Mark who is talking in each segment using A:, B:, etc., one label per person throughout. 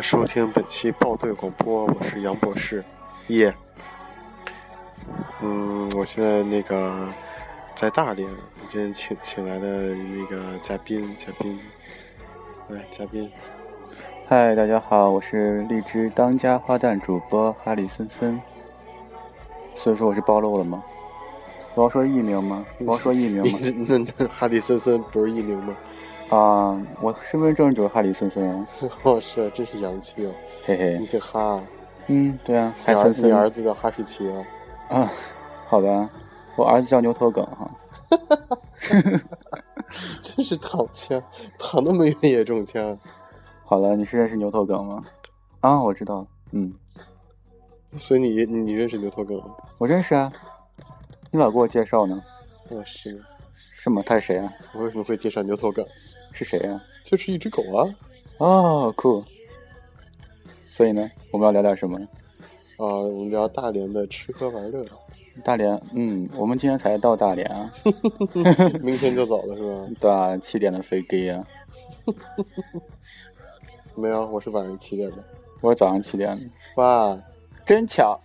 A: 收听本期报队广播，我是杨博士，耶、嗯，我现在那个在大连，我今天请请来的那个嘉宾，嘉宾，来嘉宾，
B: 嗨，大家好，我是荔枝当家花旦主播哈里森森。所以说我是暴露了吗？我要说艺名吗？
A: 嗯
B: 我要说 艺名吗？
A: 那那哈里森森不是艺名吗？
B: 啊，我身份证就是哈里森森啊，
A: 哦，是，真是洋气哦！
B: 嘿
A: 你
B: 嘿。
A: 姓哈啊，
B: 嗯，对啊，还
A: 你儿
B: 森
A: 你
B: 森
A: 儿子叫哈士奇啊？
B: 啊，好吧，我儿子叫牛头梗啊哈。
A: 真是躺枪，躺那么远也中枪。
B: 好了，你是认识牛头梗吗？啊，我知道了，嗯，
A: 所以你你认识牛头梗吗？
B: 我认识啊，你老给我介绍呢，
A: 我是，
B: 呃是吗？他是谁啊？
A: 我为什么会介绍牛头梗？
B: 是谁啊？
A: 就是一只狗啊！
B: 哦，酷。所以呢，我们要聊点什么？
A: 啊，我们聊大连的吃喝玩乐，
B: 大连，嗯，我们今天才到大连啊，
A: 明天就走了是吧？
B: 对啊，七点的飞机啊，
A: 没有，我是晚上七点的。
B: 我是早上七点的，
A: 哇，
B: 真巧，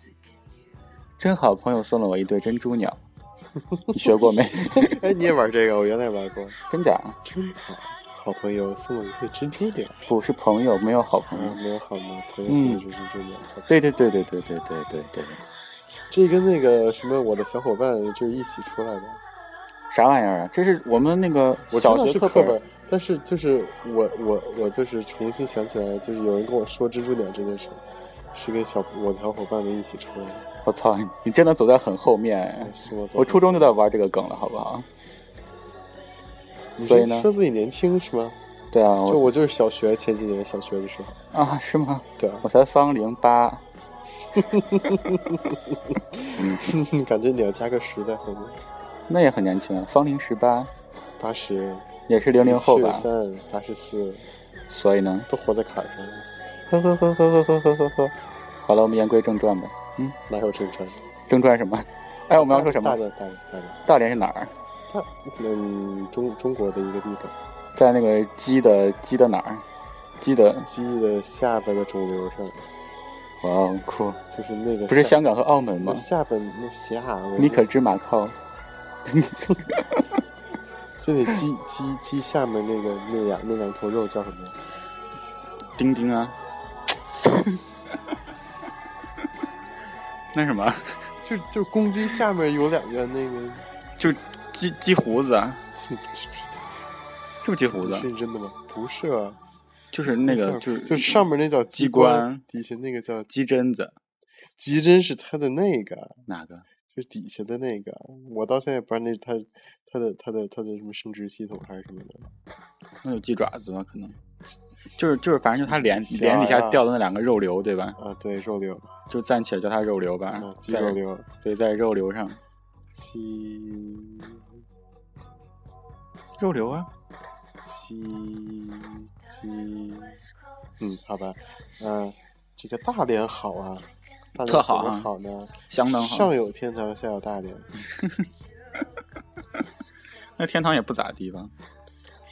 B: 真好，朋友送了我一对珍珠鸟， 你学过没？
A: 哎，你也玩这个？我原来玩过，
B: 真假？
A: 真好。好朋友送我一对珍珠鸟，
B: 不是朋友，没有好朋
A: 啊，
B: 友。
A: 没有好吗？朋友
B: 嗯
A: 送我一对珍珠鸟，好
B: 对对对对对对对对对，
A: 这跟那个什么我的小伙伴就是一起出来的。
B: 啥玩意儿啊？这是我们那个
A: 我知
B: 小
A: 道
B: 学
A: 是
B: 课
A: 课
B: 本
A: 本，但是就是我我我就是重新想起来，就是有人跟我说珍珠鸟这件事，是跟小我的小伙伴们一起出来的，
B: 我操，你真的走在很后面哎。
A: 是我走
B: 我初中就在玩这个梗了，好不好？
A: 你
B: 所以
A: 是
B: 呢
A: 说自己年轻是吗？
B: 对啊，
A: 就
B: 我
A: 我就是小学前几年小学的时候，
B: 啊是吗？
A: 对啊，
B: 我才方零八，
A: 感觉你要加个十在后面，
B: 那也很年轻啊，方龄十八，
A: 八十
B: 也是零零后吧
A: 七十。三八十四
B: 所以呢，
A: 都活在坎儿上了，
B: 呵呵呵呵呵呵呵呵呵。好了，我们言归正传吧。嗯
A: 哪有正常？
B: 正传什么？ 哎，我
A: 我
B: 们要说什
A: 大
B: 么？
A: 连大连大连
B: 大连是哪儿？
A: 大嗯中中国的一个地方，
B: 在那个鸡的鸡的哪儿？鸡的
A: 鸡的下巴的肿瘤上，
B: 哇哦酷！
A: 就是那个
B: 不是
A: 下
B: 香港和澳门吗
A: 那？下巴那下，我
B: 你可知马靠？
A: 就那鸡鸡鸡下面那个那两那两坨肉叫什么？
B: 丁丁啊。 那什么，
A: 就就公鸡下面有两个那个，
B: 就鸡鸡胡子啊？是不是鸡胡
A: 不
B: 子？啊
A: 是真的吗？不是啊，
B: 就是那个，
A: 叫
B: 就是
A: 就上面那叫
B: 鸡冠
A: 底下那个叫
B: 鸡胗子
A: 鸡胗是它的那个，
B: 哪个？
A: 就是底下的那个。我到现在也不知道那是它它的它的它的什么生殖系统还是什么的。
B: 那有鸡爪子吧？可能，就是就是，反正就它脸
A: 小
B: 脸底
A: 呀
B: 下掉的那两个肉瘤，对吧？
A: 啊，对，肉瘤
B: 就暂且叫它肉瘤吧
A: 啊，，鸡
B: 在
A: 肉瘤，
B: 对，在肉瘤上，
A: 鸡
B: 肉瘤啊，
A: 鸡鸡，嗯，好吧，嗯、这个大连好啊，大连
B: 特好
A: 怎么
B: 啊
A: 好呢？
B: 相当好
A: 上。有天堂，下有大连，
B: 那天堂也不咋地吧，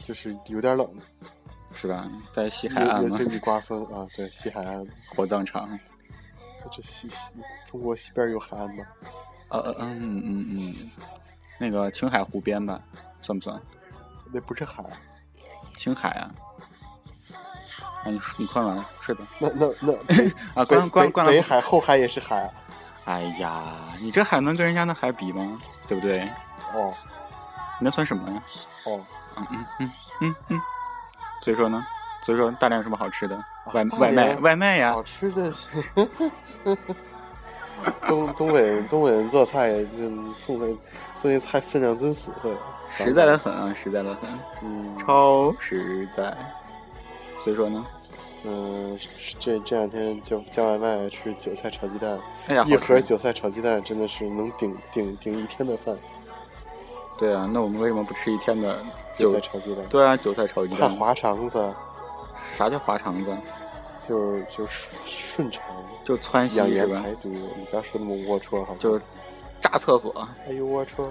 A: 就是有点冷，
B: 是吧？在西海
A: 尤
B: 岸
A: 尤
B: 嘛
A: 其，是刮风啊。对，西海岸，
B: 火葬场。
A: 这西西中国西边有海岸吗？
B: 呃呃嗯嗯嗯，那个青海湖边吧，算不算？
A: 那不是海，啊
B: 青海啊。啊，你你困了，睡吧。
A: 那那那 北
B: 啊，关关
A: 北
B: 关
A: 北
B: 了。
A: 海后海也是海啊
B: 哎呀，你这海能跟人家那海比吗？对不对？你
A: 哦
B: 那算什么呀？
A: 哦。
B: 嗯嗯嗯嗯嗯。所以说呢，所以说大连有什么好吃的？外
A: 哦大
B: 外卖
A: 连
B: 外卖呀
A: 好，吃的是，东东北人东北人做菜，就送的做那菜分量真实惠，
B: 实在的很啊，实在的很，
A: 嗯，
B: 超实在。所以说呢，
A: 嗯、是这这两天叫叫外卖吃韭菜炒鸡蛋，
B: 哎呀，
A: 一
B: 好吃
A: 盒韭菜炒鸡蛋真的是能顶顶顶一天的饭，
B: 对啊，那我们为什么不吃一天的
A: 韭菜？
B: 韭
A: 炒鸡蛋，
B: 对啊，韭菜炒鸡
A: 怕
B: 蛋。
A: 滑肠子，
B: 啥叫滑肠子？
A: 就是就是顺顺肠，
B: 就窜稀
A: 养
B: 是
A: 颜
B: 吧？
A: 排毒，你不要说那么龌龊好吗？
B: 就是炸厕所。
A: 哎呦龌龊，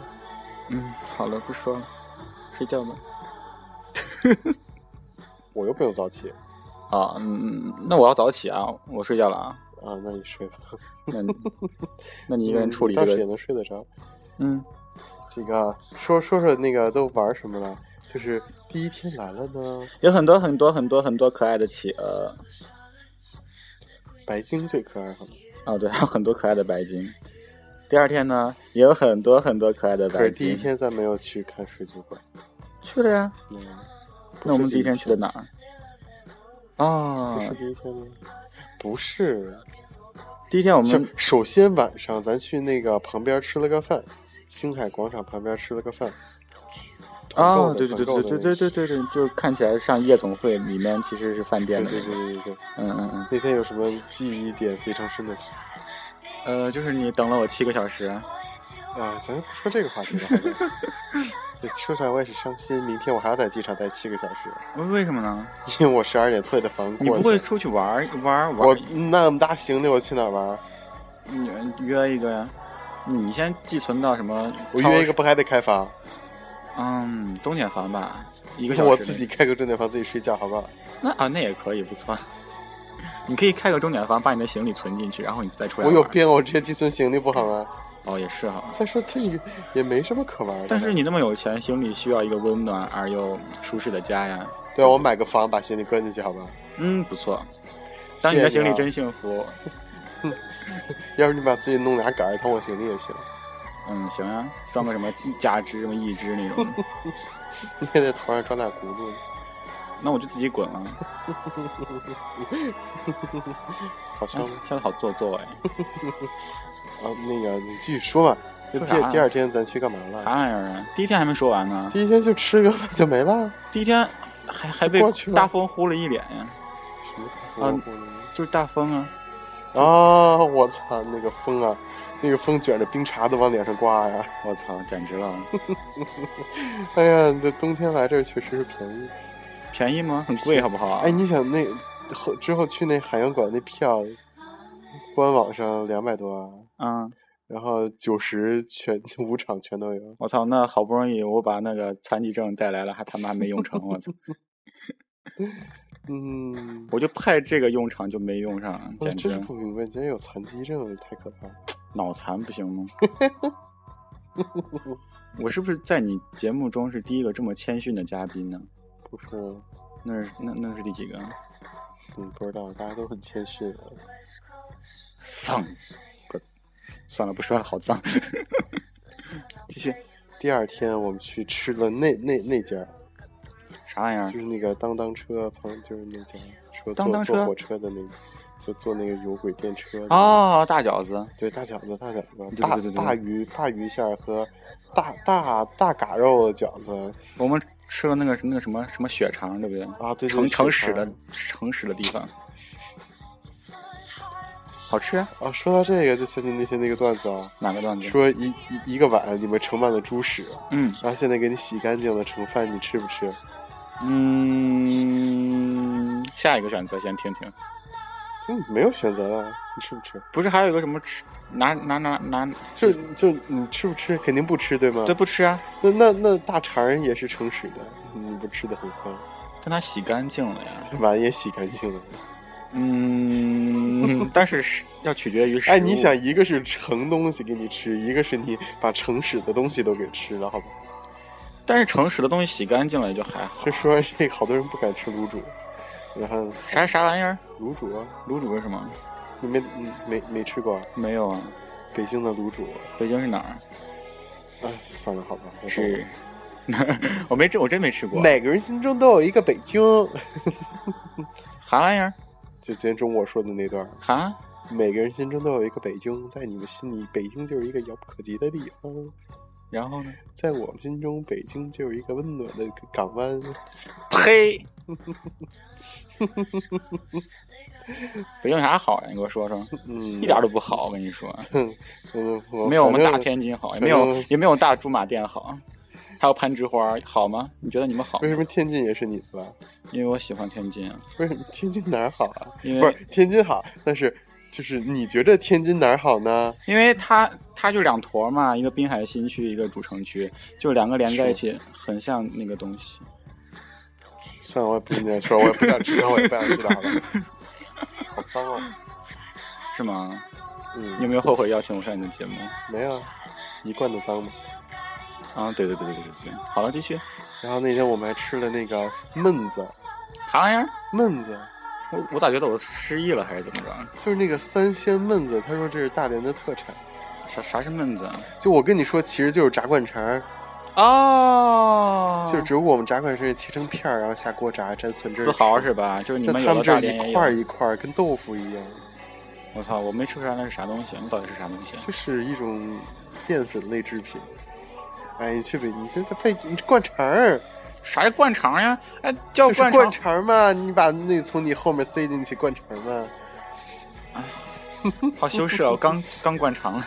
B: 嗯，好了，不说了，睡觉吧。
A: 我又不用早起，
B: 啊、啊，嗯嗯，那我要早起啊，我睡觉了啊。
A: 啊，那你睡吧。
B: 那 你那你一个人处理这
A: 但是也
B: 个，
A: 能睡得着。
B: 嗯，
A: 这个说说说那个都玩什么了？就是第一天来了呢，
B: 有很多很多很多很多可爱的企呃鹅
A: 白鲸最可爱了，
B: 啊，对，还 有很多可爱的白鲸。第二天呢，也有很多很多可爱的
A: 可
B: 白
A: 是第一
B: 鲸。
A: 天咱没有去看水族馆。
B: 去了呀，
A: 嗯，
B: 那我们第一天去的哪儿？
A: 不
B: 啊
A: 是，第一天吗？不是，
B: 第一天我
A: 就
B: 们
A: 首先晚上咱去那个旁边吃了个饭，星海广场旁边吃了个饭。团购
B: 啊，
A: 的
B: 对对对
A: 团购
B: 对
A: 的
B: 对对对对对，就是看起来像夜总会里面其实是饭店
A: 那
B: 的
A: 个对对
B: 那个，
A: 对对对对。
B: 嗯嗯嗯，
A: 那天有什么记忆点非常深的？
B: 呃，就是你等了我七个小时，
A: 啊，咱不说这个话题了。好吧这说出来我也是伤心，明天我还要在机场待七个小时，
B: 为为什么呢？
A: 因为我十二点退的房
B: 你
A: 过
B: 不
A: 去。
B: 会出去玩儿玩儿玩
A: 我
B: 儿？
A: 那么大行李，我去哪儿玩？
B: 你约一个呀？你先寄存到什么？
A: 我约一个，不还得开房？
B: 嗯，钟点房吧，一个小时。
A: 我自己开个钟点房，自己睡觉，好不好？
B: 那啊，那也可以，不错。你可以开个钟点房，把你的行李存进去，然后你再出来
A: 我
B: 玩。
A: 有病，我直接寄存行李不好吗？
B: 哦，也是哈。
A: 再说这也也没什么可玩的。
B: 但是，你那么有钱，行李需要一个温暖而又舒适的家呀。
A: 对啊，我买个房，把行李搁进去，好吧？
B: 嗯，不错。当你的
A: 谢谢
B: 行
A: 你啊
B: 李真幸福。
A: 要是你把自己弄俩杆儿当我行李也行，
B: 嗯，行啊，装个什么假肢、什么义肢那种，
A: 你也在头上装俩轱辘。
B: 那我就自己滚了。
A: 好像
B: 哎
A: 啊，
B: 现在好做作哎。
A: 那个你继续说吧。那第
B: 说啥呀
A: 第二天咱去干嘛
B: 啥
A: 了？
B: 玩意儿啊？第一天还没说完呢。
A: 第一天就吃个饭就没了。
B: 第一天还还被
A: 过去了
B: 大风呼了一脸呀，
A: 什么
B: 啊
A: 风啊
B: 就是大风啊，
A: 啊！我操，那个风啊，那个风卷着冰碴子往脸上刮呀！
B: 我操，简直了！
A: 哎呀，你这冬天来这儿确实是便宜。
B: 便宜吗？很贵好不好？
A: 哎，你想那后之后去那海洋馆那票，官网上两百多啊，
B: 嗯，
A: 然后九十全 五场全都有。
B: 我操，那好不容易我把那个残疾证带来了，还他妈没用成，我操，
A: 嗯，
B: 我就派这个用场就没用上，
A: 我
B: 简
A: 哦真是
B: 直
A: 不明白，你竟然有残疾症，太可怕了。
B: 脑残不 行吗？我是不是在你节目中是第一个这么谦逊的嘉宾呢？
A: 不是，
B: 那是那那是第几个？
A: 嗯，不知道，大家都很谦逊啊。
B: 放个，算了，不说了，好脏。 继续，
A: 第二天我们去吃了那那那家儿，
B: 啥玩意儿
A: 就？是那个当当车旁，就是那家说坐
B: 当当车
A: 坐火车的那个，就坐那个有轨电车的。
B: 哦，大饺子。
A: 对，大饺子，大饺子，
B: 对
A: 大
B: 对对对
A: 大鱼大鱼馅儿和大大大嘎肉饺子
B: 我们吃了那个那个什么什么血肠，对不对？
A: 啊，对对，
B: 城
A: 对
B: 城
A: 血
B: 市
A: 肠
B: 的城市的地方，好吃啊！
A: 啊。说到这个，就想起那天那个段子啊，
B: 哪个段子？
A: 说一一一个碗里面盛满了猪屎，
B: 嗯
A: 然后现在给你洗干净了盛饭，你吃不吃？
B: 嗯，下一个选择先听听。
A: 就没有选择啊，你吃不吃？
B: 不是还有一个什么吃拿拿拿拿？
A: 就就你吃不吃？肯定不吃，对吗？
B: 对不吃啊？
A: 那那那大肠儿也是盛屎的，你不吃的很快，
B: 但它洗干净了呀。
A: 碗也洗干净了。
B: 嗯，但是是要取决于食
A: 哎，你
B: 物
A: 想，一个是盛东西给你吃，一个是你把盛屎的东西都给吃了，好吧？
B: 但是城市的东西洗干净了也就还好
A: 这。说完这个，好多人不敢吃卤煮，然后
B: 啥啥玩意儿？
A: 卤煮啊，
B: 卤煮是什么？
A: 你没你没没吃过啊
B: 没有啊。
A: 北京的卤煮？
B: 北京是哪儿？
A: 哎，算了，好吧，我
B: 是， 我没真我真没吃过。
A: 每个人心中都有一个北京。
B: 啥玩意儿？
A: 就今天中午我说的那段儿，
B: 哈？
A: 每个人心中都有一个北京，在你们心里，北京就是一个遥不可及的地方。
B: 然后呢？
A: 在我们心中，北京就是一个温暖的港湾。
B: 呸！ 北京有啥好呀？你给我说说，
A: 嗯，
B: 一点都不好。我跟你说，
A: 嗯，我
B: 没有我们
A: 反正
B: 大天津好，也
A: 反
B: 没
A: 正
B: 有也没有大驻马店好，还有攀枝花好吗？你觉得你们好吗
A: 为？什么天津也是你的吧？
B: 因为我喜欢天津啊，
A: 为什么天津哪儿好啊？
B: 因
A: 不
B: 为
A: 是天津好，但是就是你觉得天津哪儿好呢？
B: 因为它它就两坨嘛，一个滨海新区，一个主城区，就两个连在一起，很像那个东西。
A: 算了，我也不跟你说，我也不想知道，我也不想知道了。好脏啊！
B: 是吗？你有
A: 嗯，
B: 没有后悔邀请我上你的节目？
A: 没有啊，一贯的脏嘛。
B: 啊，对对对对对对对。好了，继续。
A: 然后那天我们还吃了那个焖子，
B: 啥玩意儿？
A: 焖子
B: 我我咋觉得我失忆了还是怎么着？
A: 就是那个三鲜焖子，他说这是大连的特产。
B: 啥啥是焖子啊？
A: 就我跟你说，其实就是炸灌肠儿，
B: 哦，
A: 就只不过我们炸灌肠是切成片儿，然后下锅炸，蘸蒜汁儿
B: 自豪是吧？就是你
A: 但
B: 们
A: 他
B: 有
A: 们
B: 的
A: 这
B: 大
A: 儿
B: 连也
A: 一
B: 有
A: 块儿一块儿，跟豆腐一样，
B: 我操，我没吃出来那是啥东西，那到底是啥东西？
A: 就是一种淀粉类制品。哎，你去北，你这这配你这灌肠儿，
B: 啥叫灌肠呀？哎，叫
A: 就是
B: 灌
A: 灌
B: 肠。
A: 肠儿嘛，你把那从你后面塞进去灌肠儿嘛，
B: 好羞耻 啊！我刚刚灌肠了。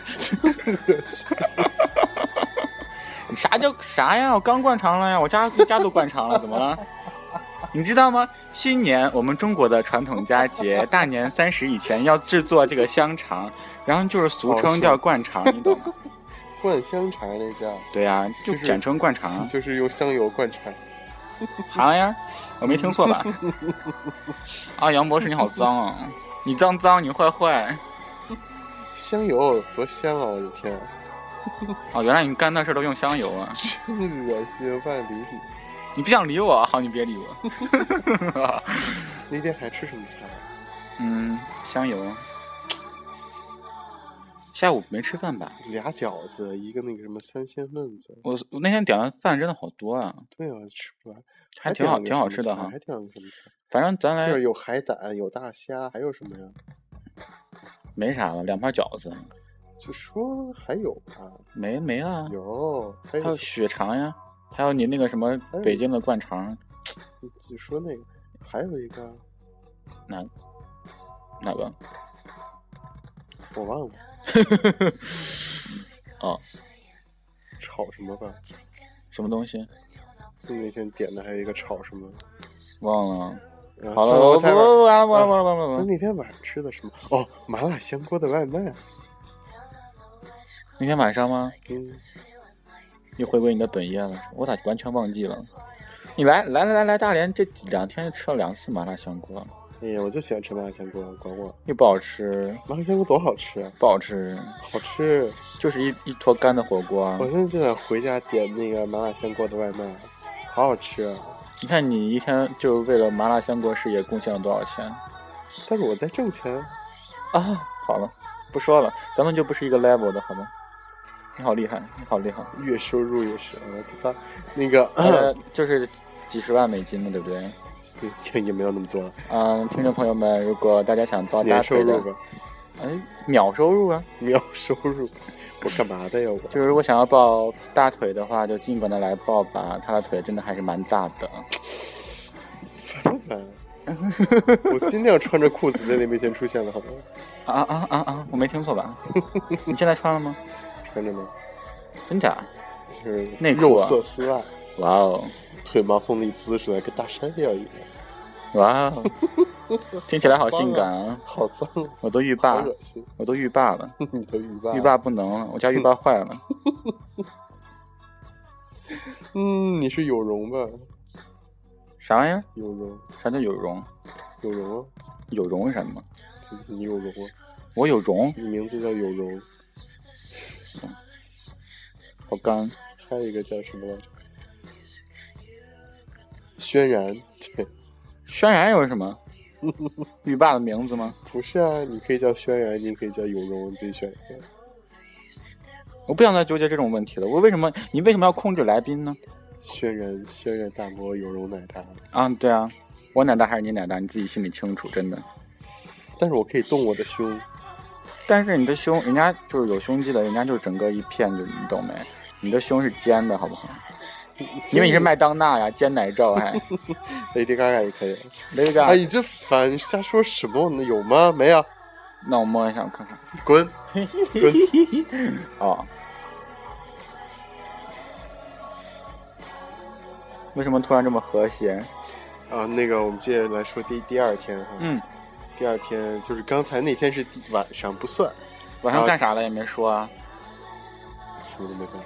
B: 啥叫啥呀？我刚灌肠了呀！我家一家都灌肠了，怎么了？ 你知道吗？新年我们中国的传统佳节，大年三十以前要制作这个香肠，然后就是俗
A: 哦
B: 称
A: 是
B: 叫灌肠，你懂吗？
A: 灌香肠儿那叫，
B: 对 呀、就
A: 就是
B: 简称灌 肠，
A: 就是用香油灌肠儿。
B: 啥玩意儿？我没听 错吧？啊，杨博士你好脏啊！你脏脏，你坏坏。
A: 香油多香啊！我的天、啊，
B: 哦，原来你干那事儿都用香油啊！
A: 真恶心，我不想理你。
B: 你不想理我，好，你别理我。
A: 那天还吃什么菜啊？
B: 嗯，香油。下午没吃饭吧？
A: 俩饺子，一个那个什么三鲜焖子。
B: 我我那天点的饭真的好多啊，
A: 对啊，吃不完，
B: 还挺
A: 点
B: 好，
A: 了个
B: 挺
A: 什
B: 好
A: 么
B: 吃的
A: 菜
B: 哈
A: 还。点了个什么菜？
B: 反正咱
A: 就是
B: 来
A: 有海胆，有大虾，还有什么呀？
B: 没啥了，两盘饺子，
A: 就说还有吧，
B: 没没了。
A: 有，还
B: 啊还有
A: 有
B: 血肠呀，还有你那个什么
A: 哎
B: 北京的灌肠，
A: 就说那个，还有一个
B: 哪哪个？
A: 我忘了，
B: 哦，
A: 炒什么吧？
B: 什么东西？
A: 就那天点的还有一个炒什么？
B: 忘了。
A: 然
B: 好
A: 后
B: 了，我
A: 我
B: 不完
A: 才
B: 了完了完了完了完了完
A: 那
B: 了。
A: 那天晚上吃的什么？哦，麻辣香锅的外卖。
B: 那天晚上吗？
A: 嗯，
B: 又回归你的本业了，我咋完全忘记了？你来来来来大连这两天就吃了两次麻辣香锅，
A: 哎呀，我就喜欢吃麻辣香锅，管我。
B: 又不好吃，
A: 麻辣香锅多好吃啊！
B: 不好吃，
A: 好吃！
B: 就是一一坨干的火锅。啊
A: 我现在就想回家点那个麻辣香锅的外卖，好好吃啊！
B: 你看你一天就为了麻辣香锅事业贡献了多少钱
A: 但是我在挣钱，
B: 啊？好了，不说了，咱们就不是一个 level 的，好吗？你好厉害，你好厉害，
A: 月收入也是，我他妈那个、
B: 呃，就是几十万美金嘛，对不对？
A: 也也没有那么多了，
B: 嗯，听众朋友们，如果大家想抱大
A: 年收
B: 腿
A: 入
B: 的，
A: 吧，
B: 哎，秒收入啊，
A: 秒收入。我干嘛的呀？我
B: 就是如果想要抱大腿的话，就尽管的来抱吧，他的腿真的还是蛮大的。
A: 烦不烦？我尽量穿着裤子在你面前出现了，好吗？
B: 啊啊啊啊！我没听错 吧？你现在穿了吗？
A: 穿着呢，
B: 真假？
A: 就是
B: 内裤
A: 肉
B: 啊
A: 色丝袜，
B: 哇哦，
A: 腿毛松立姿势，跟大山料一样，
B: 哇 哦，听起来好性感啊！嗯
A: 好脏啊，
B: 我都浴
A: 好
B: 霸，
A: 恶心！
B: 我都浴霸了，
A: 你的浴霸，
B: 浴霸不能了，我家浴霸坏了。
A: 嗯，你是有容吧？
B: 啥呀？
A: 有容，
B: 啥叫有容？
A: 有容啊！
B: 有容是什么？
A: 就是你有容啊！
B: 我有容，
A: 你名字叫有容，
B: 好干。
A: 还有一个叫什么来着？轩然， 对，
B: 轩然又是什 么？浴霸的名字吗？
A: 不是啊，你可以叫轩然，你也可以叫有容，你自己选一个。
B: 我不想再纠结这种问题了。我为什么？你为什么要控制来宾呢？
A: 轩然，轩然大魔，有容乃大。
B: 啊，对啊，我奶大还是你奶大，你自己心里清楚，真的。
A: 但是我可以动我的胸，
B: 但是你的胸，人家就是有胸肌的，人家就是整个一片，就你懂没？你的胸是尖的，好不好？因为你是麦当娜呀，尖奶罩， 还啊
A: Lady Gaga 也可以。
B: 雷个
A: 哎，你这烦，瞎说什么呢？有吗？没有，
B: 那我摸一下，我看看。
A: 滚！
B: 哦，为什么突然这么和谐？
A: 啊，那个，我们接着来说第第二天哈，
B: 嗯，
A: 第二天就是刚才那天是第晚上不算，
B: 晚上干啥了也没说啊？
A: 什么都没干。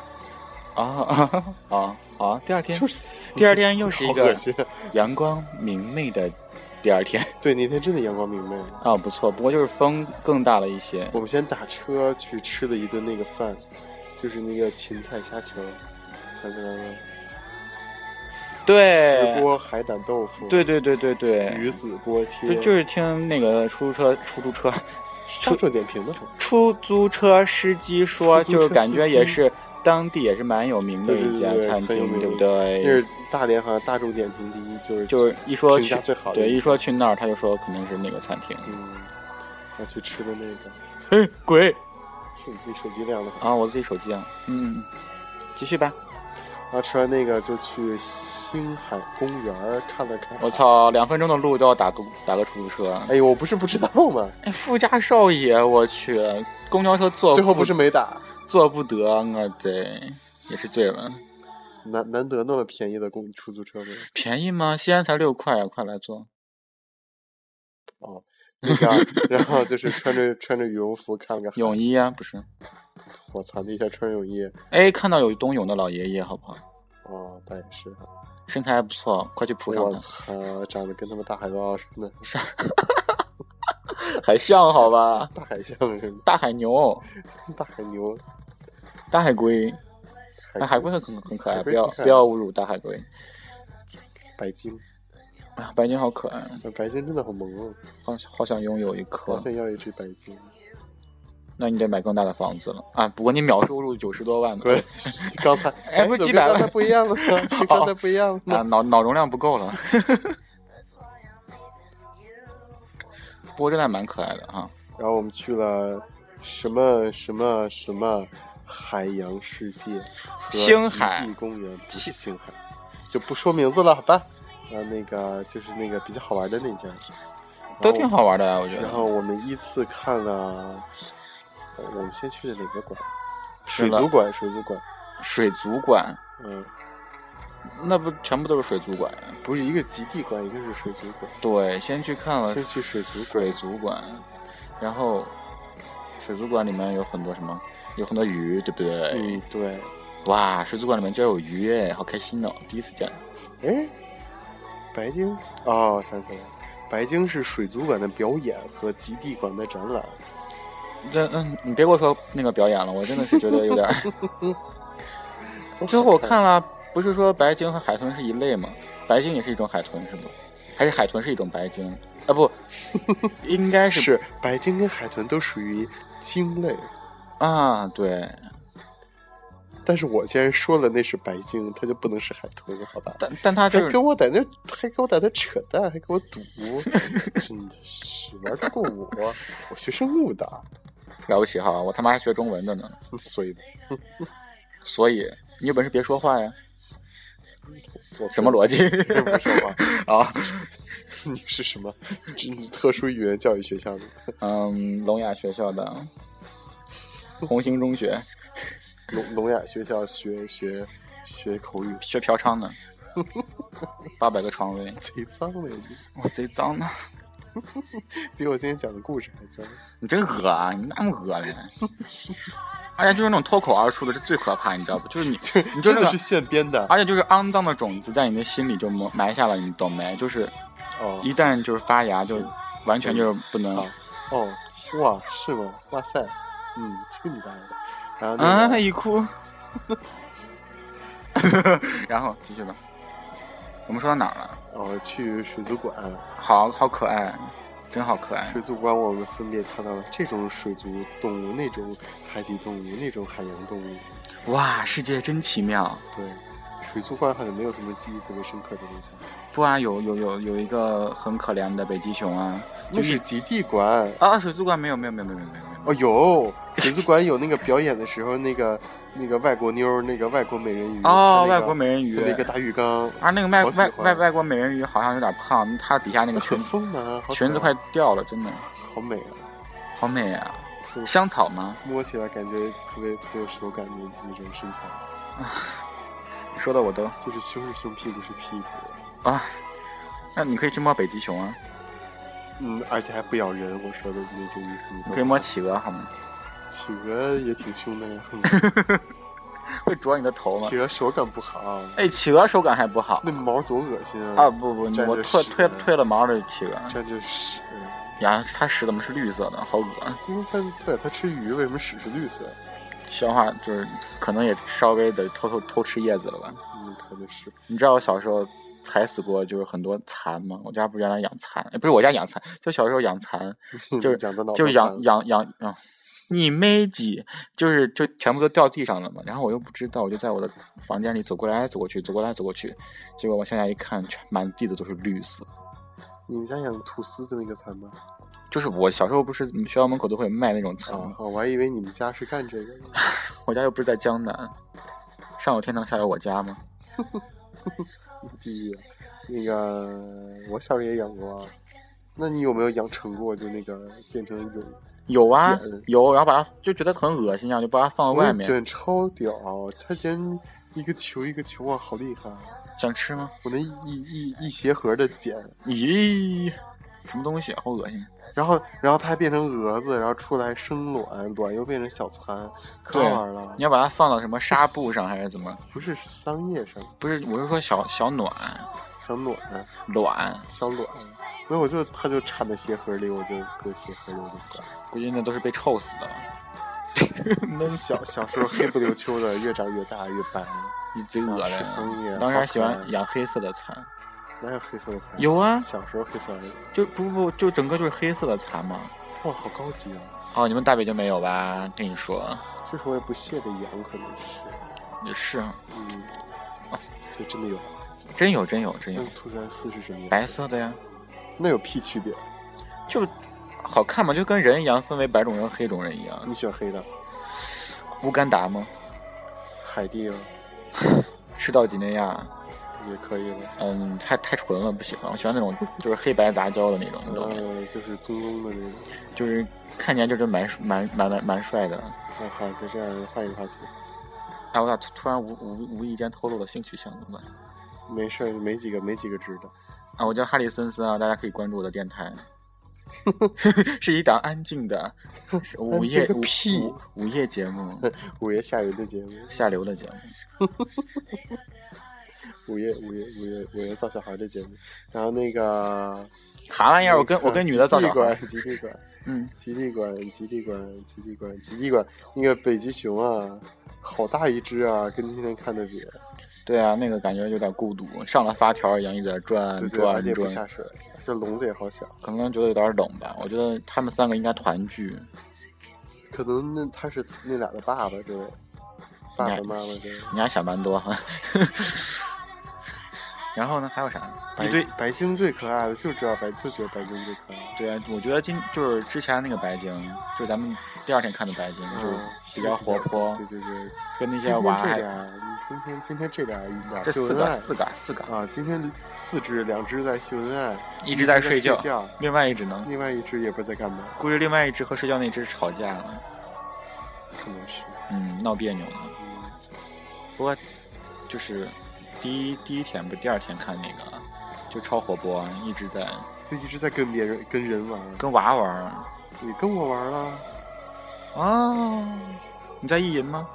B: 啊啊啊啊！第二天，
A: 就是
B: 第二天又是一
A: 好恶
B: 个
A: 心。啊
B: 阳光明媚的第二天
A: 对，那天真的阳光明媚了。
B: 啊，不错，不过就是风更大了一些。
A: 我们先打车去吃了一顿那个饭，就是那个芹菜虾球，想起来
B: 哎
A: 吗？
B: 对
A: 石，锅海胆豆腐，
B: 对，对对对对，
A: 鱼子锅贴，
B: 就就是听那个出租车、出租车、
A: 上周点评的，
B: 出租车司机说，
A: 出租车
B: 就是感觉也
A: 司机
B: 是当地也是蛮有名的一家
A: 对对对对
B: 餐
A: 很有
B: 厅，
A: 名
B: 对不
A: 那
B: 对？
A: 是大连好像大众点评第一，就是
B: 就是一说
A: 评
B: 去
A: 价最好的
B: 对，一说去那儿，他就说肯定是那个餐厅。
A: 嗯，我去吃的那个，
B: 哎，鬼
A: 是你自己手机亮的吧。
B: 啊！我自己手机啊，嗯，嗯嗯继续吧。
A: 然后吃完那个就去星海公园看了看。
B: 我！操，两分钟的路都要打个打个出租车。
A: 哎呦，我不是不知道吗？
B: 哎，富家少爷，我去，公交车坐
A: 最后不
B: 不
A: 是没打，
B: 坐不得，我这也是醉了。
A: 难难得那么便宜的公出租车吗？
B: 便宜吗？西安才六块啊，快来坐。
A: 哦，那个， 然后就是穿着穿着羽绒服看了个海
B: 泳衣啊，不是？
A: 我操，那天穿泳衣，
B: 哎，看到有冬泳的老爷爷，好不好？
A: 哦，倒也是，哎
B: 身材还不错，快去扑上
A: 我
B: 他。
A: 操，长得跟他们大海豹似的，
B: 海象好吧？
A: 大海象似的，
B: 大海牛、
A: 大海牛，
B: 大海龟，哎，海
A: 海
B: 龟很很很可爱，
A: 海
B: 不
A: 龟
B: 要
A: 很可爱
B: 不要侮辱大海龟
A: 白鲸，
B: 啊！白鲸好可爱啊，
A: 呃白鲸真的好萌哦，
B: 好好想拥有一
A: 好
B: 颗。
A: 想要一只白鲸，
B: 那你得买更大的房子了啊！不过你秒收入九十多万吧
A: 滚，刚才
B: 哎不是
A: 怎么
B: 几百
A: 跟刚
B: 万
A: 才不一样了 呢，跟刚才不一样了呢，
B: 啊，脑脑容量不够了。不过真的还蛮可爱的哈、
A: 然后我们去了什么什么什么海洋世界和
B: 星海
A: 极地公园，不是星海，就不说名字了，好吧？呃，那个就是那个比较好玩的那家，
B: 都挺好玩的啊，我觉
A: 然后。然
B: 得。
A: 后我们依次看了，呃我们先去的哪个馆？
B: 是
A: 水
B: 了
A: 族馆，水族馆，
B: 水族馆
A: 嗯，
B: 那不全部都是水族馆？
A: 不是一个极地馆，一个是水族馆。
B: 对，先去看了
A: 先去水族馆，
B: 嗯水族馆，然后水族馆里面有很多什么，有很多鱼，对不对？
A: 嗯，对，
B: 哇，水族馆里面居然有鱼哎，好开心哦！第一次见，
A: 哎，白鲸哦，想起来了，白鲸是水族馆的表演和极地馆的展览。
B: 那嗯，你别给我说那个表演了，我真的是觉得有点儿。 最后我看了，不是说白鲸和海豚是一类吗？白鲸也是一种海豚是吗？还是海豚是一种白鲸？啊不，应该是
A: 是白鲸跟海豚都属于鲸类，
B: 啊，对，
A: 但是我既然说了那是白鲸，它就不能是海豚了，好吧？
B: 但但它
A: 还
B: 就是
A: 跟我在那儿还跟我在那儿扯淡，还跟我赌， 真的是玩得过我，我学生物的，
B: 了不起哈，我他妈还学中文的呢，
A: 所以
B: 所以你有本事别说话呀，
A: 我
B: 什么逻 辑
A: 并不说话。
B: 啊？
A: 你是什么？这你特殊语言教育学校的？
B: 嗯，聋哑学校的红星中学
A: 聋聋哑学校学学学口语，
B: 学 嫖娼的，八百个床位，
A: 贼脏了已经，
B: 我贼脏呢。
A: 比我今天讲的故事还脏。
B: 你真恶啊！你那么恶嘞！而且就是那种脱口而出的，这最可怕，你知道不？就是你，你就
A: 真
B: 那
A: 的啊是，
B: 个
A: 现编的
B: 而且就是肮脏的种子在你的心里就埋埋下了，你懂没？就是
A: 哦
B: 一旦就是发芽，就完全就是不能
A: 好哦，哇，是吗？哇塞，嗯，去你大爷的！然后那
B: 啊！
A: 个、
B: 一哭， 然后继续吧。我们说到哪儿了？
A: 哦，去水族馆，
B: 好好可爱，真好可爱
A: 水。族馆我们分别看到了这种水族动物、那种海底动物、那种海洋动物。
B: 哇，世界真奇妙！
A: 对，水族馆好像没有什么记忆特别深刻的东西，
B: 不啊，有有有有一个很可怜的北极熊啊！
A: 那是极地馆。
B: 啊，水族馆没有没有没有没有没有没有。没有
A: 哦，有水族馆有那个表演的时候，那个那个外国妞儿，那个外国美人鱼
B: 哦，
A: 她那个
B: 外国美人鱼
A: 她那个大浴缸，
B: 啊，那个外
A: 好喜
B: 外
A: 欢
B: 外外国美人鱼好像有点胖，它底下那个
A: 那
B: 裙
A: 很丰满啊，好可爱
B: 裙子快掉了，真的
A: 好美啊，
B: 好美啊！
A: 就是
B: 香草吗？
A: 摸起来感觉特别特别有手感的那种身材，
B: 说的我都
A: 就是胸是胸，屁股是屁股，
B: 啊，那你可以去摸北极熊啊，
A: 嗯，而且还不咬人，我说的那种意思，你
B: 你
A: 懂
B: 可以
A: 吗
B: 摸企鹅好吗？
A: 企鹅也挺凶的呀，哼
B: 为 会啄你的头吗？
A: 企鹅手感不好，
B: 哎，企鹅手感还不好
A: 那毛多恶心啊！
B: 啊！不不，
A: 沾
B: 我
A: 着
B: 退
A: 屎啊
B: 退退了毛的企鹅
A: 沾着屎，嗯
B: 呀，它屎怎么是绿色的？好恶啊心！
A: 因为它对它吃鱼，为什么屎是绿色？
B: 消化就是可能也稍微的偷偷偷吃叶子了吧？
A: 嗯，可能是
B: 你知道我小时候踩死过就是很多蚕吗？我家不是原来养蚕，哎不是我家养蚕，就小时候养蚕，就是
A: 嗯养的脑
B: 就
A: 袋
B: 养
A: 残
B: 养养啊，你妹几，就是就全部都掉地上了嘛。然后我又不知道，我就在我的房间里走过来走过去，走过来走过去，结果往向下一看，全满地的都是绿色。
A: 你们家养吐司的那个蚕吗？
B: 啊就是我小时候不是学校门口都会卖那种蚕
A: 啊
B: 吗，？
A: 我还以为你们家是干这个的。
B: 我家又不是在江南，上有天堂，下有我家吗？
A: 第一，啊那个我小时候也养过啊。那你有没有养成过？就那个变成蛹，
B: 有啊
A: 捡，
B: 有，然后把它就觉得很恶心啊，就把它放在外
A: 我
B: 面，
A: 卷超屌，它竟然一个球一个球啊，好厉害！
B: 想吃吗？
A: 我能一一一一鞋盒的捡，
B: 咦，什么东西，啊好恶心！
A: 然后然后它还变成蛾子，然后出来生卵，卵又变成小蚕，可好
B: 对啊
A: 玩了
B: 你。要把它放到什么纱布上还是怎么？
A: 不是是桑叶上
B: 不是，我是说小小暖
A: 小卵
B: 卵，
A: 小卵，没有我就它就插在鞋盒里，我就搁鞋盒里我就管。
B: 估计那都是被臭死的。 那小
A: 小时候黑不溜秋的，越长越大越白。
B: 你贼恶
A: 啊吃桑叶
B: 心！当时还喜
A: 好可爱
B: 欢养黑色的蚕，
A: 哪有黑色的蚕？
B: 有啊
A: 小时候黑色的。
B: 就不不就整个就是黑色的蚕嘛。
A: 哇，好高级啊！
B: 哦，你们大北就没有吧？跟你说，
A: 就是我也不屑的养，可能是，
B: 也是，啊
A: 嗯，就真的有。
B: 真有真有真
A: 那
B: 哦有，
A: 突然丝是什么
B: 白
A: 颜色？
B: 色的呀，
A: 那有屁区别？
B: 就好看嘛，就跟人一样，分为白种人、黑种人一样。
A: 你喜欢黑的？
B: 乌干达吗？
A: 海地啊，
B: 赤道几内亚？
A: 也可以了。
B: 嗯，太太纯了，不喜欢。我喜欢那种就是黑白杂交的那种，你懂吗？
A: 呃，就是棕棕的那种。
B: 就是看起来就是蛮蛮蛮蛮蛮帅的。
A: 那好，就这样换一个话题。
B: 哎，我咋突突然无无无意间透露了性取向，怎么办？
A: 没事儿，没几个，没几个知道。
B: 啊，我叫哈里森森啊，大家可以关注我的 电台，是一档安静的 是午夜
A: 安静个
B: 午
A: 屁
B: 午午夜节目，
A: 午夜吓人的节目，
B: 下流的节目。
A: 午夜午夜午夜午夜造小孩的节目。然后那个，
B: 啥玩意儿？我跟我跟女的造
A: 极
B: 小
A: 地
B: 孩，
A: 馆，极地馆。
B: 嗯，
A: 极地馆，极地馆，极地馆，极地馆，那个北极熊啊，好大一只啊，跟今天看的比，
B: 对啊，那个感觉有点孤独，上了发条一样一直在转
A: 对对，而
B: 转
A: 且不下
B: 转，
A: 水，这笼子也好小，
B: 可能觉得有点冷吧。我觉得他们三个应该团聚，
A: 可能那他是那俩的爸爸之类的，爸爸妈妈之类的。
B: 你还想蛮多哈。 然后呢，还有啥？一
A: 白
B: 堆
A: 白鲸最可爱的，就知道白，就觉得白鲸最可爱。
B: 对啊，我觉得今就是之前那个白鲸，就是咱们第二天看的白鲸，就是比较活泼，
A: 哦对对对，
B: 跟
A: 今
B: 那些
A: 天
B: 娃
A: 这
B: 还
A: 俩，今天今天这俩俩
B: 这
A: 秀
B: 四
A: 恩
B: 个
A: 爱
B: 四个四个，
A: 啊，今天四只，两只在秀恩爱，
B: 一
A: 一
B: 直
A: 在
B: 在睡
A: 觉
B: 觉，，另外一只呢？
A: 另外一只也不知道在干嘛，
B: 估计另外一只和睡觉那只吵架了，
A: 可能是。
B: 嗯，闹别扭了。
A: 嗯
B: 不过就是第一第一天不是第二天看那个，就超活泼，啊一直在
A: 就一直在跟别人跟人玩，
B: 跟娃玩儿
A: 你跟我玩了，
B: 哦。你在意淫吗？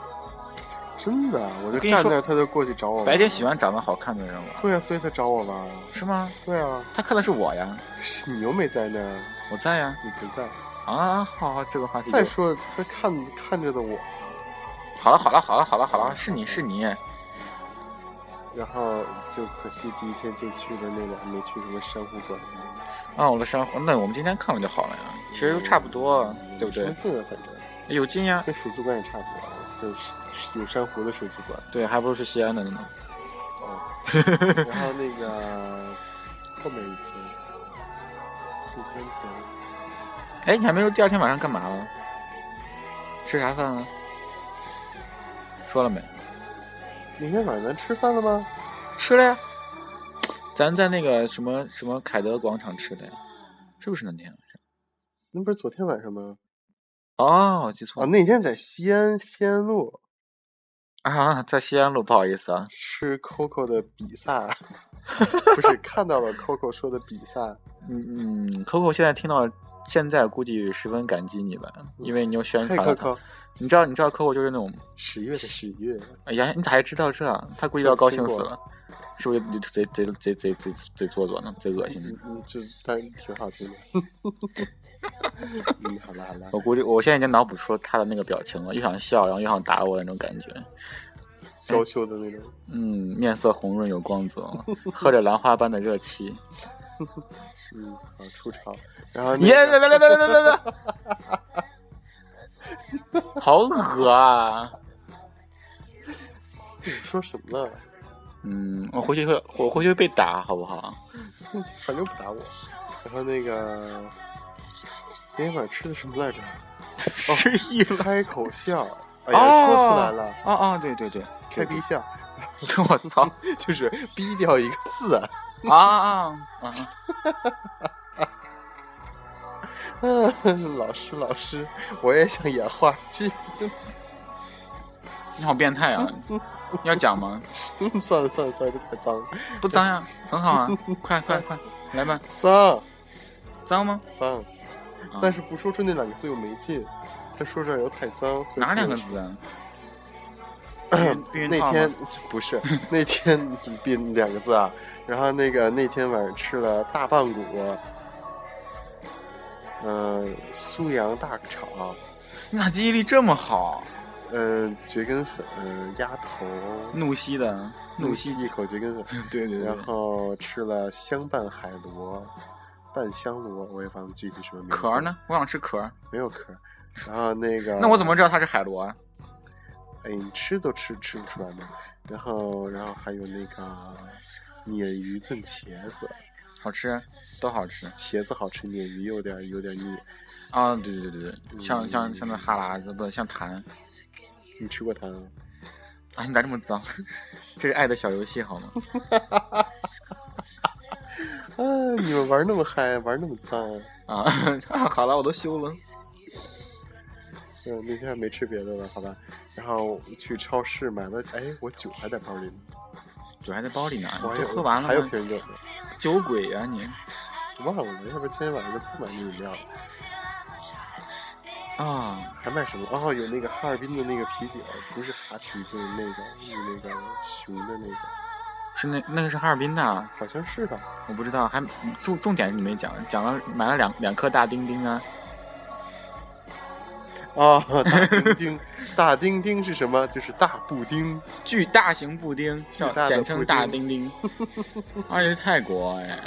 A: 真的，我就
B: 我跟你
A: 站
B: 说
A: 那儿，他就过去找我玩。
B: 白天喜欢长得好看的人玩儿，
A: 对啊，所以他找我玩。
B: 是吗？
A: 对啊，
B: 他看的是我呀，
A: 是你又没在那儿，
B: 我在呀。
A: 你不在。
B: 啊，好好，这个话题
A: 再
B: 就
A: 说他看看着的我，
B: 好了，好了，好了，好了，好了，是你是你，
A: 然后就可惜第一天就去的那俩没去什么珊瑚馆，
B: 啊，我的珊瑚，那我们今天看了就好了呀，其实差不多，哦对不对哎
A: 相？近的反正
B: 有劲呀，
A: 跟水族馆也差不多，就是有珊瑚的水族馆。
B: 对，还不如去西安的呢。
A: 哦，然后那个后面一天，第三天。
B: 哎，你还没说第二天晚上干嘛了？吃啥饭了？啊说了没？
A: 那天晚上咱吃饭了吗？
B: 吃了呀，咱在那个什么什么凯德广场吃的呀，是不是那天啊晚上？
A: 那不是昨天晚上吗？
B: 哦，我记错
A: 啊，
B: 了
A: 那天在西安西安路
B: 啊，在西安路，不好意思啊，
A: 吃 Coco 的比萨，不是看到了 Coco 说的比萨，
B: 嗯嗯，Coco 现在听到现在估计十分感激你了，因为你又宣
A: 嘿
B: 传了
A: 可
B: 他。
A: 可，
B: 你知道，你知道客户就是那种，
A: 十月的十一月，嗯
B: 哎呀，你咋还知道这？他估计都要高兴死了，是不是就贼贼贼贼贼贼做作呢？贼恶心呢。
A: 嗯嗯，就但是挺好听的。 嗯，好了好了，
B: 我估计我现在已经脑补出他的那个表情了，又想笑，然后又想打我的那种感觉。
A: 娇羞的那种，
B: 嗯，面色红润有光泽，喝着兰花般的热气。
A: 嗯，好出场，然后
B: 你
A: 那个
B: 别别别别别别别！好恶啊！
A: 你说什么呢？
B: 嗯，我回去会我回去会被打，好不哦好？
A: 反正不打我。然后那个那会儿吃的什么来着？
B: 失忆了。
A: 开口笑，哎呀，
B: 哦
A: 说出来了，
B: 啊啊，对对对，
A: 开鼻笑，
B: 我操！
A: 就是逼掉一个字啊。
B: 啊啊啊！啊
A: 嗯，老师老师，我也想演话剧。
B: 你好变态啊！要讲吗？
A: 嗯算了算了算了，这太脏了，
B: 不脏呀，很好啊！快快快，来吧！
A: 脏
B: 脏吗？
A: 脏。
B: 啊
A: 但是不说出那两个字又没劲，他说出来又太脏。所以
B: 哪
A: 不
B: 两个
A: 能
B: 字啊？避孕避孕
A: 那
B: 套
A: 天
B: 吗？
A: 不是那天别两个字啊，然后那个那天晚上吃了大棒骨，嗯、苏阳大肠，
B: 你咋记忆力这么好？
A: 嗯、蕨根粉，嗯、鸭头，
B: 怒吸的
A: 怒
B: 怒
A: 吸
B: 吸，
A: 一口蕨根 粉，
B: 对对对
A: 然，后吃了香拌海螺，拌香螺，我也忘了具体什么名字。
B: 壳？呢？我想吃壳。
A: 没有壳。然后那个，
B: 那我怎么知道它是海螺啊？
A: 哎，你吃都吃吃不出来吗？然后，然后还有那个鲶鱼炖茄子，
B: 好吃，都好吃
A: 茄子好吃，鲶鱼有点有点腻。
B: 啊！对对对对对，
A: 嗯
B: 像像像那哈喇子，不像痰。
A: 你吃过它吗？
B: 啊，你咋这么脏？这是爱的小游戏好吗？
A: 啊，你们玩那么嗨，玩那么脏，
B: 啊， 啊好了，我都羞了。
A: 嗯，那天还没吃别的了，好吧？然后去超市买了，哎，我酒还在包里呢，
B: 酒还在包里呢，
A: 我还
B: 你
A: 有
B: 都喝完
A: 还有
B: 了吗？
A: 瓶酒呢，
B: 酒鬼呀、你！
A: 忘了，要不今天晚上就不买那饮料了，
B: 啊，
A: 还买什么？哦，有那个哈尔滨的那个啤酒，不是哈啤，就是那个是那个熊的那个，
B: 是那那个是哈尔滨的啊，
A: 好像是吧？
B: 我不知道，还重重点是你没讲，讲了买了两两颗大丁丁啊，
A: 啊，大丁丁，大丁丁是什么？就是大布丁。
B: 巨大型布丁，
A: 巨
B: 叫
A: 大的
B: 简称大
A: 布
B: 丁 丁，而且是泰国哎，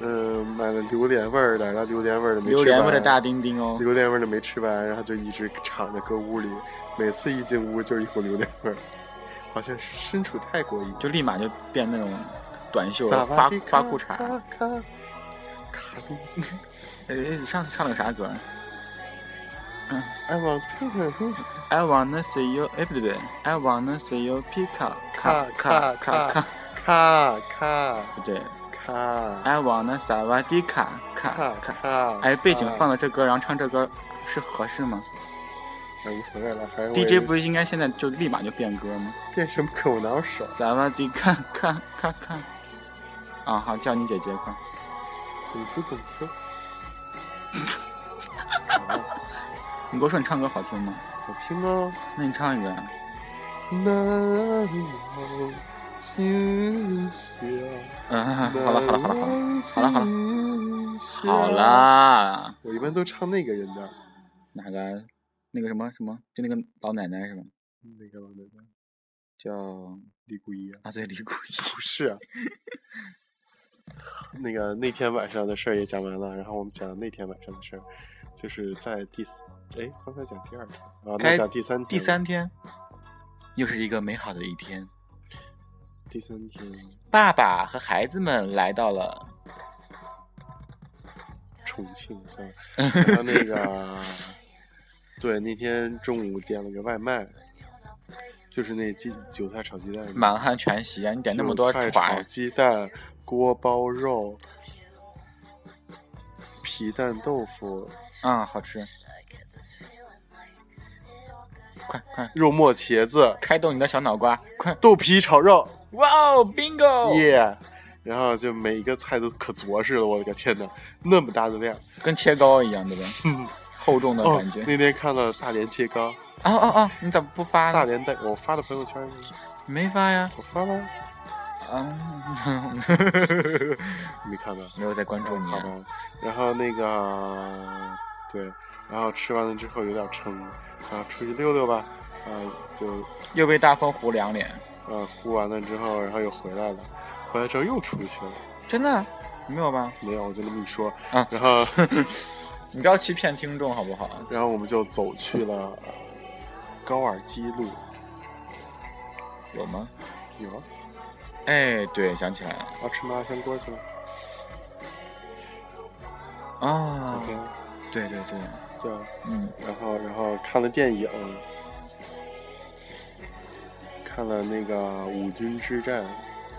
A: 嗯、买了榴莲味儿的，然后榴莲味儿的没吃
B: 榴莲味的
A: 完
B: 大，丁丁哦，
A: 榴莲味儿的没吃完，然后就一直敞着搁屋里，每次一进屋就是一股榴莲味儿，好像是身处泰国一样。
B: 就立马就变那种短袖
A: 萨
B: 发
A: 瓦迪
B: 发
A: 卡
B: 裤衩。
A: 卡卡卡丁
B: 哎，你上次唱的啥歌
A: ，I want pink
B: ？I wanna see you，哎不对不对，I wanna see you pick up，
A: 卡
B: 卡
A: 卡
B: 卡
A: 卡
B: 卡，
A: 卡卡
B: 不对
A: 卡
B: ，I wanna 萨瓦迪卡卡
A: 卡
B: 卡。
A: 卡。
B: 哎，背景放的这歌，然后唱这歌是合适吗
A: 哎无所谓了，反正我也
B: ？DJ 不是应该现在就立马就变歌吗？
A: 变什么歌我哪有手？
B: 萨瓦迪卡卡卡卡。啊，好，叫你姐姐快。
A: 等次等次。
B: 你给我说你唱歌好听吗？
A: 好听哦。
B: 那你唱一个呀。
A: 难忘今宵。
B: 嗯，好了好了好了好了好了好了
A: 了
B: 好。啦。
A: 我一般都唱那个人的，
B: 哪个？那个什么什么？就那个老奶奶是吧？
A: 那个老奶奶
B: 叫
A: 李谷一啊，
B: 啊，对，李谷一。
A: 不是啊。 那个那天晚上的事儿也讲完了，然后我们讲那天晚上的事儿，就是在第四，哎，刚才讲第二天啊，
B: 该
A: 那讲第三天，
B: 第三天，又是一个美好的一天。
A: 第三天，
B: 爸爸和孩子们来到了
A: 重庆算了，然后那 个，对，那天中午点了个外卖，就是那鸡韭菜炒鸡蛋，
B: 满汉全席啊！你点那么多
A: 韭菜
B: 船
A: 炒，鸡蛋、锅包肉、皮蛋豆腐、
B: 啊，好吃！快快
A: 肉末茄子、
B: 开动你的小脑瓜，快！
A: 豆皮炒肉，
B: 哇哦，bingo！
A: 耶、然后就每一个菜都可着实了，我的个天哪，那么大的量，
B: 跟切糕一样的呗，厚重的
A: 哦
B: 感觉。，
A: 那天看了大连切糕，
B: 啊啊啊！你怎么不发
A: 大
B: 呢？
A: 连带我发了朋友圈吗，
B: 没发呀？
A: 我发了，
B: 啊，
A: 你没看到？
B: 没有在关注你
A: 好
B: 啊。
A: 吧。然后那个对，然后吃完了之后有点撑，然后出去溜溜吧，啊、就
B: 又被大风糊两脸，
A: 呃呼完了之后，然后又回来了，回来之后又出去了，
B: 真的没有吧？
A: 没有，我就这么一说，
B: 啊
A: 然后
B: 你不要欺骗听众好不好？
A: 然后我们就走去了呃高尔基路，
B: 有吗？
A: 有啊，
B: 哎，对，想起来了
A: 啊吃麻辣香锅去了，昨
B: 啊，
A: 天
B: 对对对，
A: 对啊，
B: 嗯，
A: 然后然后看了电影。看了那个《五军之战》，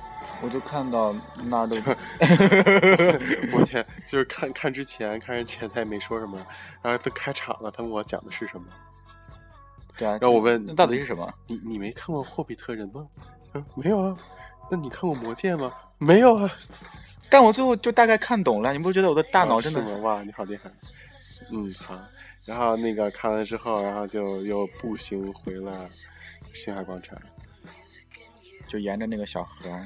B: 我就看到那儿都
A: 我天，就是看看之前，看之前他也没说什么，然后都开场了，他问我讲的是什么，
B: 对啊
A: 然，后我问
B: 那到底是什么？
A: 你你没看过《霍比特人》吗？嗯，没有啊。那你看过《魔戒》吗？没有啊。
B: 但我最后就大概看懂了，你不觉得我的大脑真的
A: 啊是吗？哇，你好厉害。嗯，好。然后那个看完之后，然后就又步行回了星海广场。
B: 就沿着那个小河啊儿？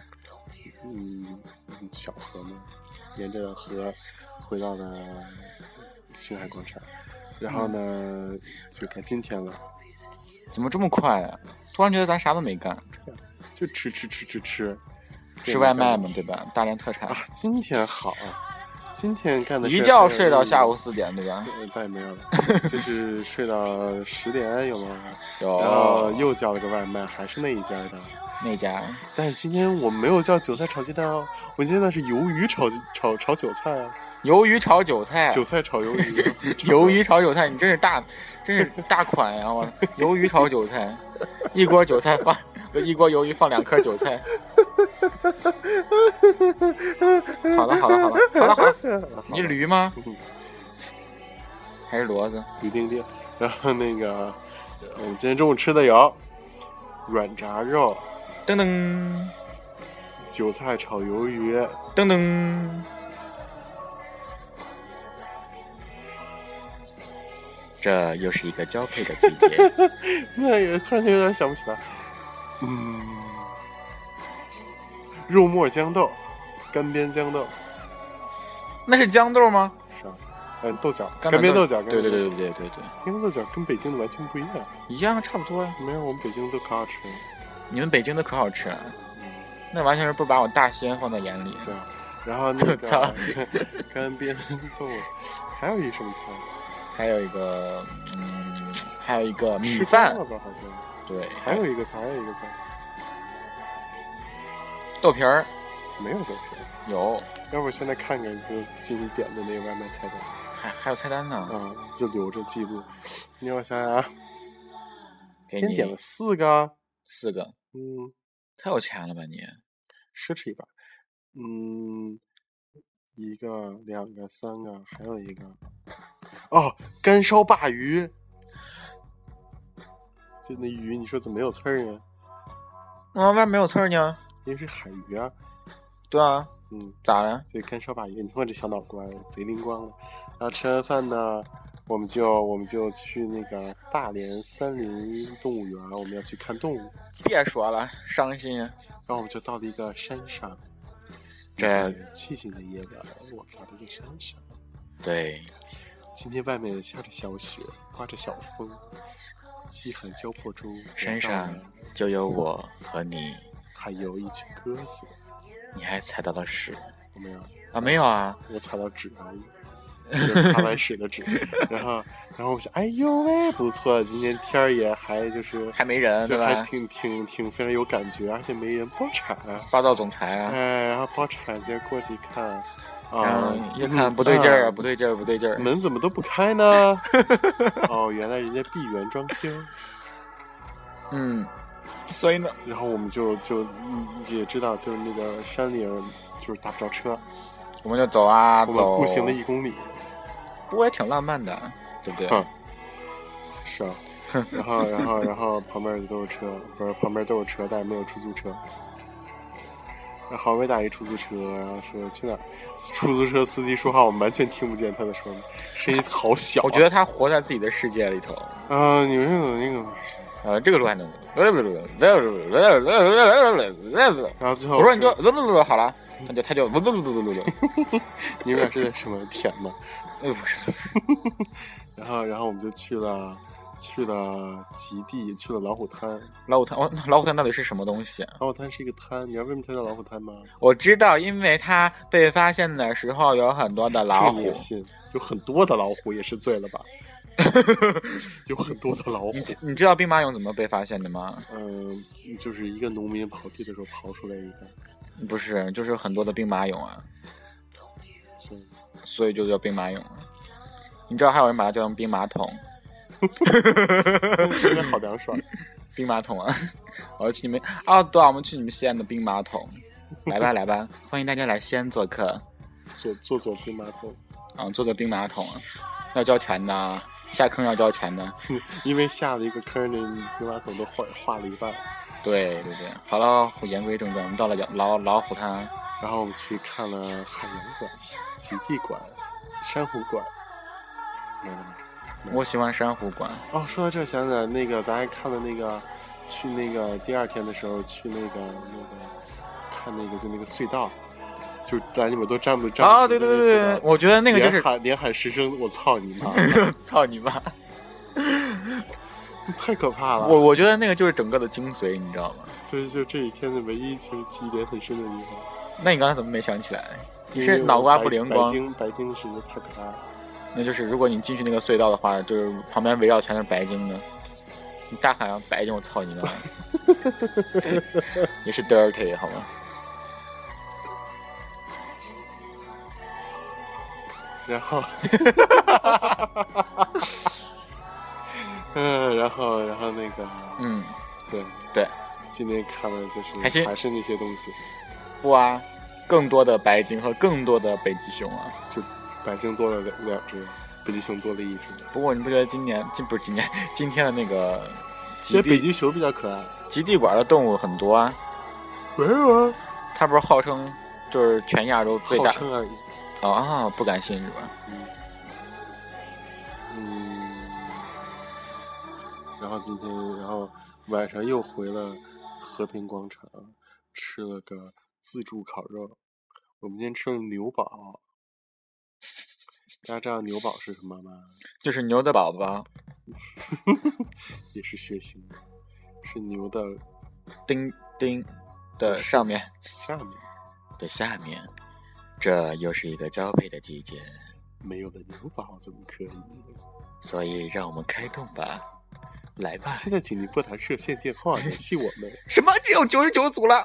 A: 嗯，嗯小河嘛，沿着河回到了星海广场。然后呢，就该今天了。
B: 怎么这么快啊？突然觉得咱啥都没干，
A: 就吃吃吃吃吃，
B: 吃外卖嘛，对吧？大连特产，
A: 啊！今天好，啊今天干的事
B: 一觉
A: 是
B: 睡到下午，四点，对吧？
A: 呃倒也没有了，就是睡到十点有吗？
B: 哦
A: 然后
B: 有
A: 又叫了个外卖，还是那一家的。
B: 那家
A: 但是今天我没有叫韭菜炒鸡蛋哦，我今天那是鱿鱼炒炒炒韭菜啊，
B: 鱿鱼炒韭菜，
A: 韭菜炒鱿鱼啊，
B: 鱿鱼炒韭菜，你真是大， 真是大款 呀、我鱿鱼炒韭菜，一锅韭菜放，不一锅鱿鱼放两颗韭菜。好了好了好了好了好了，你是驴吗？
A: 嗯
B: 还是骡子？
A: 驴丁丁。然后那个，我们今天中午吃的有软炸肉、
B: 噔噔
A: 韭菜炒鱿鱼，
B: 噔噔，这又是一个交配的季节。
A: 那也突然间有点想不起来。嗯，肉末豇豆，干煸豇豆
B: 那是豇豆吗？
A: 是吧？嗯，豆角，干煸豆角，
B: 对对对
A: 干煸豆角，
B: 对对对对，
A: 干煸豆角跟北京的完全不一样。
B: 一样差不多呀。
A: 没有，我们北京的都可好吃了。
B: 你们北京的可好吃了、啊
A: 嗯，
B: 那完全是不把我大西安放在眼里。
A: 对啊。然后那
B: 操
A: 个 干煸豆，还有一什么菜？
B: 还有一个，嗯，还有一个米
A: 吃
B: 饭
A: 光，了吧？好像
B: 对，
A: 还有一个菜，还有一个菜，
B: 豆皮儿，
A: 没有都是。
B: 有，
A: 要不现在看看就进行点的那个外卖菜单
B: 还还有菜单呢，
A: 啊，就留着记录。你让我想想啊，
B: 给
A: 今天
B: 你
A: 点了四个啊，
B: 四个，
A: 嗯，
B: 太有钱了吧你？
A: 奢侈一把，嗯，一个、两个、三个，还有一个，哦，干烧鲅鱼，就那鱼，你说怎么没有刺儿呢？
B: 啊，外面没有刺儿呢？
A: 因为是海鱼啊，
B: 对啊，
A: 嗯，
B: 咋了？
A: 对，干烧鲅鱼，你看我这小脑瓜儿贼灵光了。然后吃完饭呢，我们就我们就去那个大连森林动物园，我们要去看动物，
B: 别说了，伤心啊。
A: 然后我们就到了一个山上。
B: 这
A: 寂静的夜晚，我爬到一个山上。
B: 对，
A: 今天外面下着小雪，刮着小风，饥寒交迫中，我
B: 山
A: 到
B: 上
A: 了
B: 就有我和你，
A: 还有一群鸽子。
B: 你还踩到了屎
A: 我没有，
B: 啊？没有啊？
A: 我踩到纸而已，就是擦完水的 纸。然后，然后我想，哎呦喂，不错，今天天儿也还就是
B: 还没人对
A: 就还
B: 吧？
A: 挺挺挺非常有感觉，而且没人包产。
B: 霸道总裁啊，
A: 哎，然后包产，接着过去一看，
B: 然
A: 啊
B: 后，越看不对劲儿啊，
A: 嗯
B: 不对劲儿，不对劲儿。
A: 门怎么都不开 呢？哦，原来人家闭园装修。
B: 嗯，所以呢，
A: 然后我们就就嗯也知道，就是那个山里就是打不着车，
B: 我们就走啊
A: 我们
B: 走，
A: 步行了一公里，
B: 不过也挺浪漫的，啊对不对？
A: 哼是啊。然后然后然后旁边都是车，不是旁边都是车，但是没有出租车。然后好不容易打一出租车，然后说去哪儿？出租车司机说话我完全听不见他在说什么，声音好小啊、
B: 我觉得他活在自己的世界里头。
A: 啊，你们是怎么那个？
B: 呃，这个路还能，
A: 嗯然后最后
B: 我说你就好了，他就他就
A: 你们俩是在什么田吗？
B: 不是，
A: 然后然后我们就去了去了极地，去了老虎滩。
B: 老虎滩，哦，老虎滩到底是什么东西？啊
A: 老虎滩是一个滩，你知道为什么它叫老虎滩吗？
B: 我知道，因为它被发现的时候有很多的
A: 这
B: 老
A: 你
B: 虎
A: 也。信？有很多的老虎也是醉了吧？有很多的老虎，
B: 你你知道兵马俑怎么被发现的吗？
A: 嗯、就是一个农民刨地的时候刨出来一个，
B: 不是，就是很多的兵马俑啊，
A: 所 以
B: 所以就叫兵马俑啊。你知道还有人把它叫成兵马桶，
A: 真的好凉爽。
B: 兵马桶啊！ 我要去你们哦，对啊，我们去你们西安的兵马桶，来 吧来吧，欢迎大家来西安做客。
A: 坐坐坐兵马桶，
B: 啊，坐坐兵马桶，要交钱的，下坑要交钱的。
A: 因为下了一个坑，那兵马桶都化化了一半。
B: 对对对，好了，言归正传，我们到了老老虎滩，
A: 然后我们去看了海洋馆、极地馆、珊瑚馆。嗯没了没了
B: 我喜欢珊瑚馆。
A: 哦，说到这儿想起来，那个咱还看了那个，去那个第二天的时候去那个那个看那个就那个隧道，就是咱里面都站不站不
B: 啊，
A: 住
B: 对
A: 的
B: 对
A: 那个
B: 对对
A: 隧
B: 对，
A: 道
B: 我觉得那个就
A: 连
B: 是，
A: 喊连喊十声，我操你 妈，
B: 操你妈！
A: 太可怕了！
B: 我我觉得那个就是整个的精髓，你知道吗？
A: 就是就这几天的唯一就是记忆点很深的地方，
B: 那你刚才怎么没想起来？你
A: 因
B: 是
A: 为我
B: 脑瓜
A: 白
B: 不灵
A: 白
B: 光？
A: 鲸白鲸实在太可怕了，
B: 那就是如果你进去那个隧道的话，就是旁边围绕全是白鲸的，你大喊啊白鲸，我 操你妈！也是 dirty 好吗？
A: 然 后。 嗯，然后，然后那个，
B: 嗯，
A: 对，
B: 对。
A: 今天看了就是
B: 开心
A: 还是那些东西，
B: 不啊，更多的白鲸和更多的北极熊啊。
A: 白鲸多了两两只，北极熊多了一只。
B: 不过你不觉得今年今不是今年今天的那个
A: 其
B: 极
A: 实北
B: 地
A: 极熊比较可爱。
B: 极地馆的动物很多啊？
A: 没有啊，
B: 它不是号称就是全亚洲最
A: 号
B: 大
A: 称而已。
B: 哦啊？不敢信是吧？
A: 嗯。然后今天，然后晚上又回了和平广场，吃了个自助烤肉。我们今天吃了牛堡。大家知道牛堡是什么吗？
B: 就是牛的宝宝，
A: 也是血腥的，是牛的
B: 丁丁的上面
A: 下面
B: 的下面，这又是一个交配的季节，
A: 没有的牛堡怎么可以？
B: 所以让我们开动吧，来吧。
A: 现在请您拨打热线电话联系我们。
B: 什么？只有九十九组了？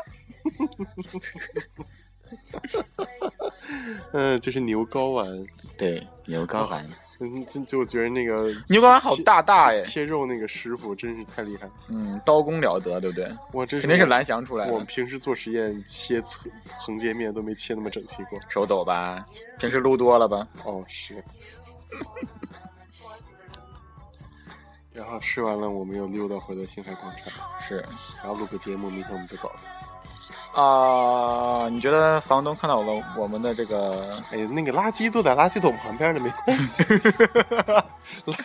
A: 嗯，就是牛睾丸，
B: 对，牛睾丸。
A: 嗯，就就我觉得那个
B: 牛睾丸
A: 切
B: 好大大哎
A: 切切肉那个师傅真是太厉害了，
B: 嗯，刀工了得，对不对？
A: 哇，这
B: 肯定是
A: 我
B: 蓝翔出来
A: 我们
B: 的，
A: 平时做实验切横横截面都没切那么整齐过。
B: 手抖吧？平时撸多了吧？
A: 哦，是。然后吃完了，我们又溜达回到星海广场，
B: 是
A: 然后录个节目，明天我们就走了。
B: 啊、你觉得房东看到了我们的这个？
A: 哎呀，那个垃圾都在垃圾桶旁边呢，没关 系。垃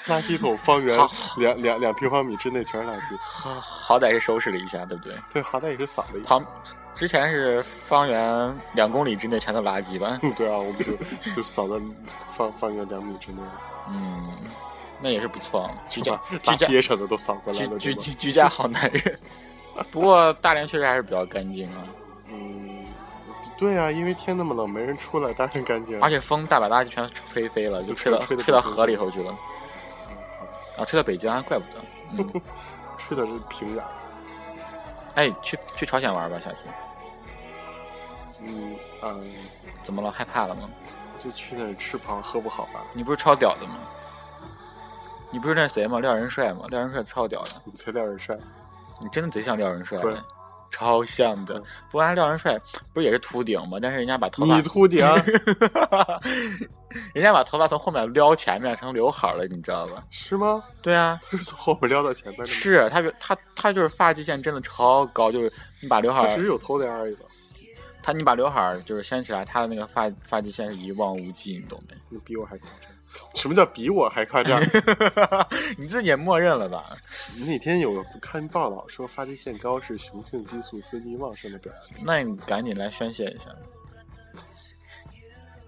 A: 垃圾桶方圆两两两平方米之内全是垃圾，
B: 好，好歹是收拾了一下，对不对？
A: 对，好歹也是扫了一下。
B: 旁之前是方圆两公里之内全都垃圾吧？
A: 嗯，对啊，我们就就扫到放放个两米之内，
B: 嗯，那也是不错。居
A: 是
B: 家
A: 吧
B: 居
A: 大
B: 家
A: 街上的都扫过来
B: 居
A: 了，
B: 居
A: 对吧？
B: 居居家好男人。 不过大连确实还是比较干净啊，
A: 嗯，对啊，因为天那么冷，没人出来，当然干净啊。
B: 而且风大把垃圾全吹飞了，就嗯吹到
A: 吹得
B: 吹到
A: 北京
B: 河里头去了
A: 嗯好
B: 啊，吹到北京啊，怪不 得。嗯，
A: 吹的是平壤，
B: 哎，去去朝鲜玩吧，下次。
A: 嗯嗯，
B: 怎么了？害怕了吗？
A: 就去那儿吃螃喝不好吧？
B: 你不是超屌的吗？你不是那谁吗？廖仁帅吗？廖仁帅超屌的，
A: 你才廖人帅，
B: 你真的贼像廖仁帅
A: 对，
B: 超像的
A: 嗯。
B: 不然廖仁帅不是也是秃顶吗？但是人家把头发
A: 你，秃顶，
B: 人家把头发从后面撩前面成刘海儿了，你知道吧？
A: 是吗？
B: 对啊，
A: 他是从后面撩到前面的吗，
B: 是他比他他就是发际线真的超高，就是你把刘海
A: 他只是
B: 儿
A: 有头点而已吧？
B: 他你把刘海儿就是掀起来，他的那个发发际线是一望无际，你懂没？
A: 你比我还夸张。什么叫比我还夸张？
B: 你自己也默认了吧？
A: 那天有个看报道说，发际线高是雄性激素分泌旺盛的表现。
B: 那你赶紧来宣泄一下。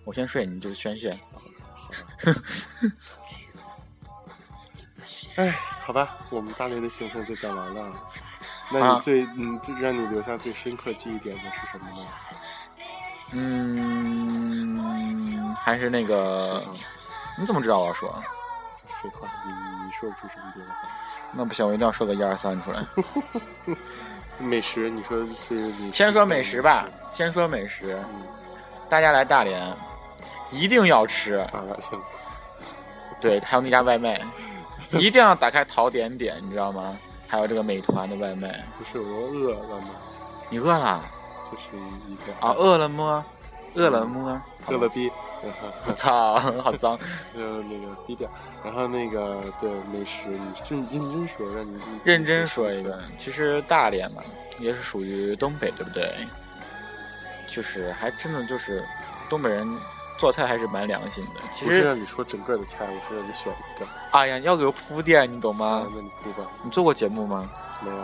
B: 我先睡，你就宣泄。
A: 好吧。哎，好吧，我们大连的行程就讲完了。那
B: 啊
A: 你最嗯，最让你留下最深刻记忆点的是什么呢？
B: 嗯，还是那
A: 废
B: 个
A: 话，
B: 你怎么知道我要说？
A: 废话，你你说不出什么别的话。
B: 那不行，我一定要说个一二三出来。
A: 美食，你说是你
B: 先说美食吧，先说美食，
A: 嗯，
B: 大家来大连一定要吃，
A: 麻辣香锅。
B: 对，还有那家外卖，一定要打开淘点点，你知道吗？还有这个美团的外卖，
A: 不是我饿了吗？
B: 你饿了
A: 就是一个
B: 啊？饿了么？饿了么？
A: 饿了逼，然后
B: 我操，好脏！
A: 呃那个逼点儿，然后那个对美食，你认认真说，让你
B: 认真说一个，其实大连嘛，也是属于东北，对不对？就是还真的就是东北人做菜还是蛮良心的。其
A: 不是
B: 实，
A: 让你说整个的菜，我是让你选一个。
B: 哎呀，要有铺垫，你懂
A: 啊
B: 吗，？
A: 那你哭吧，
B: 你做过节目吗？
A: 没有，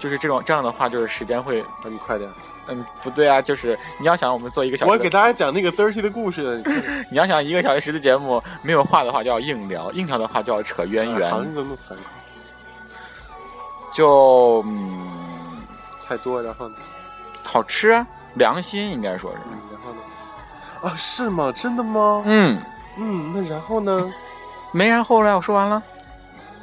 B: 就是这种这样的话，就是时间会，
A: 那你快点。
B: 嗯，不对啊，就是你要想我们做一个小时
A: 我
B: 的
A: 给大家讲那个 dirty 的故事，
B: 你要想一个小时的节目没有话的话，就要硬聊；硬聊的话，就要扯渊源。
A: 啊好像怎么反馈
B: 就嗯，
A: 菜多，然后呢，
B: 好吃啊，良心应该说是。
A: 嗯，然后呢？啊，是吗？真的吗？
B: 嗯，
A: 嗯，那然后呢？
B: 没然后了，我说完了。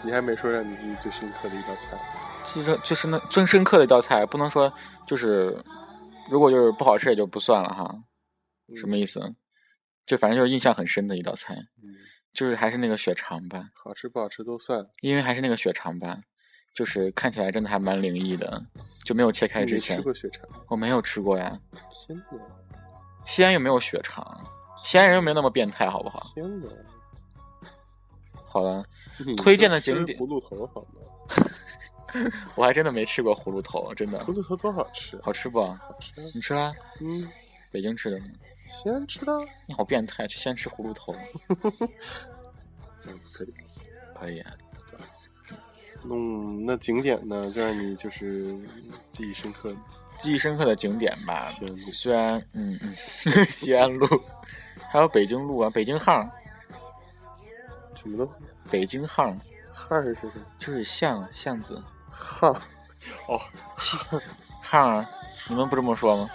A: 你还没说让你记忆最深刻的一道菜，
B: 最深最深的最深刻的一道菜，不能说就是，如果就是不好吃也就不算了哈。
A: 嗯
B: 什么？意思？就反正就是印象很深的一道菜，
A: 嗯，
B: 就是还是那个血肠吧，
A: 好吃不好吃都算。
B: 因为还是那个血肠吧，就是看起来真的还蛮灵异的，就没有切开
A: 你没
B: 之前
A: 吃过血肠？
B: 我没有吃过呀。
A: 天哪，
B: 西安又没有血肠，西安人又没有那么变态，好不好？
A: 天哪！
B: 好了，
A: 你
B: 推荐
A: 就
B: 的景
A: 吃
B: 点
A: 葫芦头好吗？
B: 我还真的没吃过葫芦头，真的
A: 葫芦头多好吃，
B: 好吃不？
A: 好吃。
B: 你吃啦？
A: 嗯，
B: 北京吃的吗？
A: 西安吃的，
B: 你好变态，去先吃葫芦头，
A: 咱们可以。
B: 可以啊、
A: 嗯，那景点呢，就让你就是记忆深刻的。
B: 记忆深刻的景点吧，
A: 西安路
B: 虽然嗯 嗯，西安路，还有北京路啊，北京巷，
A: 什么呢？
B: 北京巷
A: 汉是什么？
B: 就是巷啊巷子
A: 汉哦，
B: 巷啊，你们不这么说吗？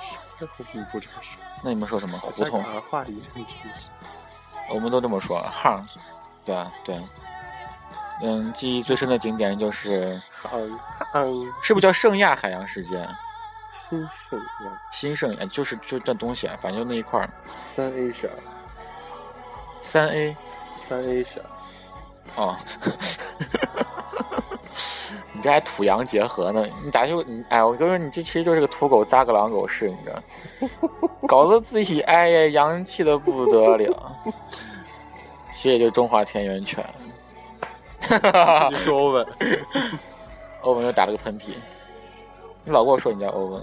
A: 你不这么说，
B: 那你们说什么胡同？
A: 儿化音真是。
B: 我们都这么说，巷，对啊对啊。嗯，记忆最深的景点就是
A: 汉汉
B: 是不是叫圣亚海洋世界？啊
A: 新盛阳
B: 新圣亚就是就这东西啊，反正就那一块儿。
A: 三 A 啥？
B: 三 A
A: 三 A 啥？
B: 哦， 你这还土洋结合呢？你咋就你哎？我跟你说，你这其实就是个土狗扎个狼狗式，你知道？搞得自己哎呀洋气的不得了。 其实也就是中华田园犬。
A: 你说欧文，
B: 欧文又打了个喷嚏。你老跟我说你叫欧文，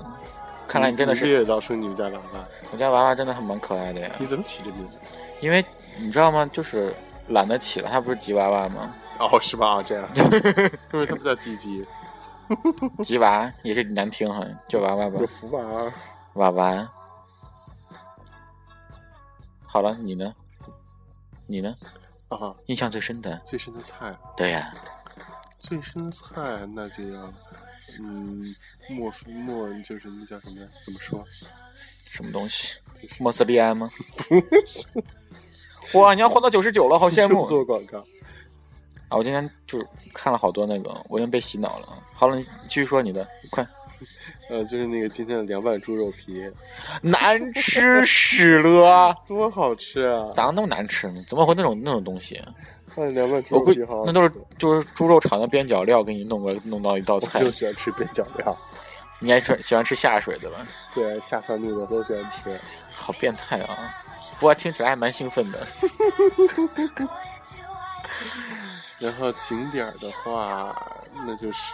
B: 看来你真的
A: 嗯你
B: 是
A: 也老说你们家娃娃，
B: 我家娃娃真的很蛮可爱的呀。
A: 你怎么起这名字？
B: 因为你知道吗？就是懒得起了，它不是吉娃娃吗？
A: 哦，是吧？这样，因为他不叫吉吉，
B: 吉娃也是难听哈，叫娃娃吧
A: 有，福娃儿。
B: 娃娃。好了，你呢？你呢？
A: 啊，
B: 印象最深的？
A: 最深的菜，
B: 对呀、
A: 最深的菜那就要，嗯，莫夫莫就是那叫什么来？怎么说？
B: 什么东西？
A: 就是
B: 莫斯利安吗？哇，你要活到九十九了，好羡慕
A: 做广告。
B: 啊！我今天就是看了好多那个，我已经被洗脑了。啊好了，你继续说你的，快！
A: 呃，就是那个今天的凉拌猪肉皮，
B: 难 吃死了，
A: 多好吃啊！
B: 咋能那么难吃呢？怎么会那种那种东西？啊
A: 那凉拌猪
B: 我
A: 肉
B: 估
A: 皮
B: 计
A: 好好吃，
B: 那都是就是猪肉炒的边角料，给你弄个弄到一道
A: 我
B: 菜。
A: 就喜欢吃边角料，
B: 你还吃喜欢吃下水的吧？
A: 对，下三路的都喜欢吃。
B: 好变态啊！不过听起来还蛮兴奋的。
A: 然后景点儿的话，那就是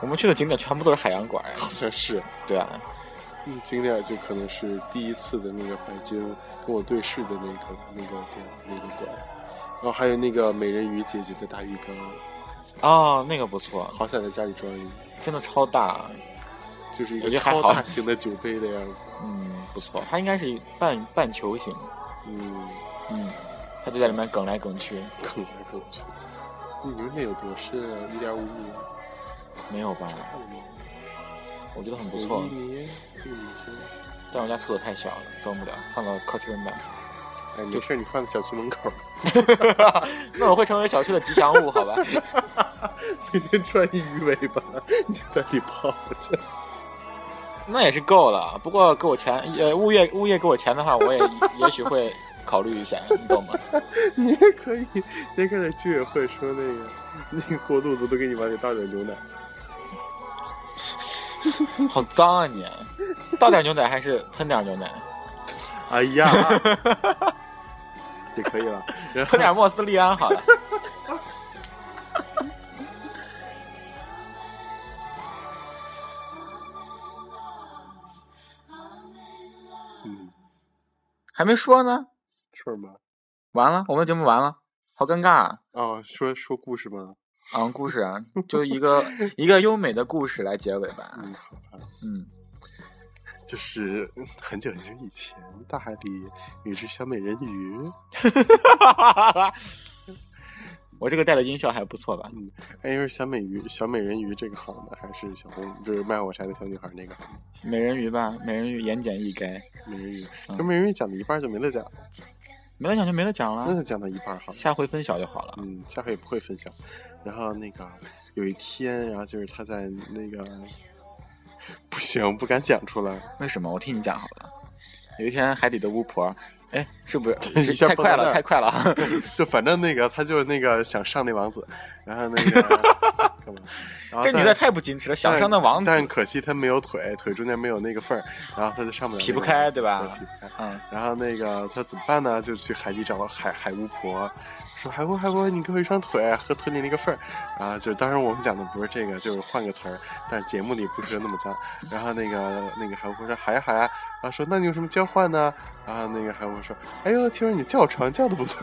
B: 我们去的景点全部都是海洋馆呀。
A: 好像是。
B: 对啊，
A: 嗯，景点就可能是第一次的那个白鲸跟我对视的那个那个店那个馆，然后还有那个美人鱼姐姐的大浴缸，
B: 哦，那个不错，
A: 好想在家里装一个，
B: 真的超大，
A: 就是一
B: 我
A: 个
B: 觉得还
A: 超
B: 好
A: 大型的酒杯的样子。
B: 嗯，不错，它应该是半半球形，
A: 嗯，
B: 嗯，它就在里面梗来梗去，
A: 梗来梗去。嗯你们那有多深啊？一点五米啊？
B: 没有吧？
A: 看了吗
B: 我觉得很不错
A: 有一，米，一米深。
B: 但我家厕所太小了，装不了，放到客厅吧。
A: 哎，没事，你放在小区门口，
B: 那我会成为小区的吉祥物，好吧？
A: 每天穿一鱼尾巴，你就在里泡着。
B: 那也是够了。不过给我钱，呃，物业物业给我钱的话，我也也许会考虑一下，你懂吗？
A: 你也可以，你也可以在居委会说那个，那个过肚子都给你往里倒点牛奶。
B: 好脏啊你！倒点牛奶还是喷点牛奶？
A: 哎呀，也可以了。然后
B: 喷点莫斯利安好了。
A: 嗯，
B: 还没说呢，
A: 是吗？
B: 完了，我们的节目完了，好尴尬啊！
A: 哦，说说故事吗？
B: 嗯，故事啊，就一个一个优美的故事来结尾吧。
A: 嗯，好吧。
B: 嗯，
A: 就是很久很久以前，大海里有一只小美人鱼。
B: 我这个带的音效还不错吧？
A: 哎，又是小美鱼、小美人鱼这个好呢，还是小红就是卖火柴的小女孩那个好呢？
B: 美人鱼吧，美人鱼言简意赅，
A: 美人鱼，
B: 嗯
A: 可美人鱼讲到一半就没得讲了，
B: 没得讲就没得讲
A: 那
B: 了，
A: 就讲到一半好了。
B: 下回分晓就好了。
A: 嗯，下回也不会分享。然后那个有一天，然后就是他在那个，不行，不敢讲出来。
B: 为什么？我听你讲好了。有一天，海底的巫婆，哎，是不
A: 一
B: 是？是
A: 下
B: 太
A: 蹦
B: 快
A: 到那
B: 了，
A: 儿
B: 太快了！
A: 就反正那个他就那个想上那王子，然后那 个干嘛？然后
B: 这
A: 但
B: 女的太不矜持了，想上那王
A: 但是
B: 子。
A: 可惜她没有腿，腿中间没有那个缝儿，然后她就上不了那个王子。
B: 劈不开对吧
A: 劈不开。
B: 嗯，
A: 然后那个她怎么办呢？就去海底找海海巫婆，说海巫海巫，你给我一双腿和腿里那个缝儿。啊，就是当然我们讲的不是这个，就是换个词儿，但是节目里不说那么脏。然后那个那个海巫婆说海啊呀海呀，然后说那你有什么交换呢？然后那个海巫婆说，哎呦，听说你叫床叫的不错。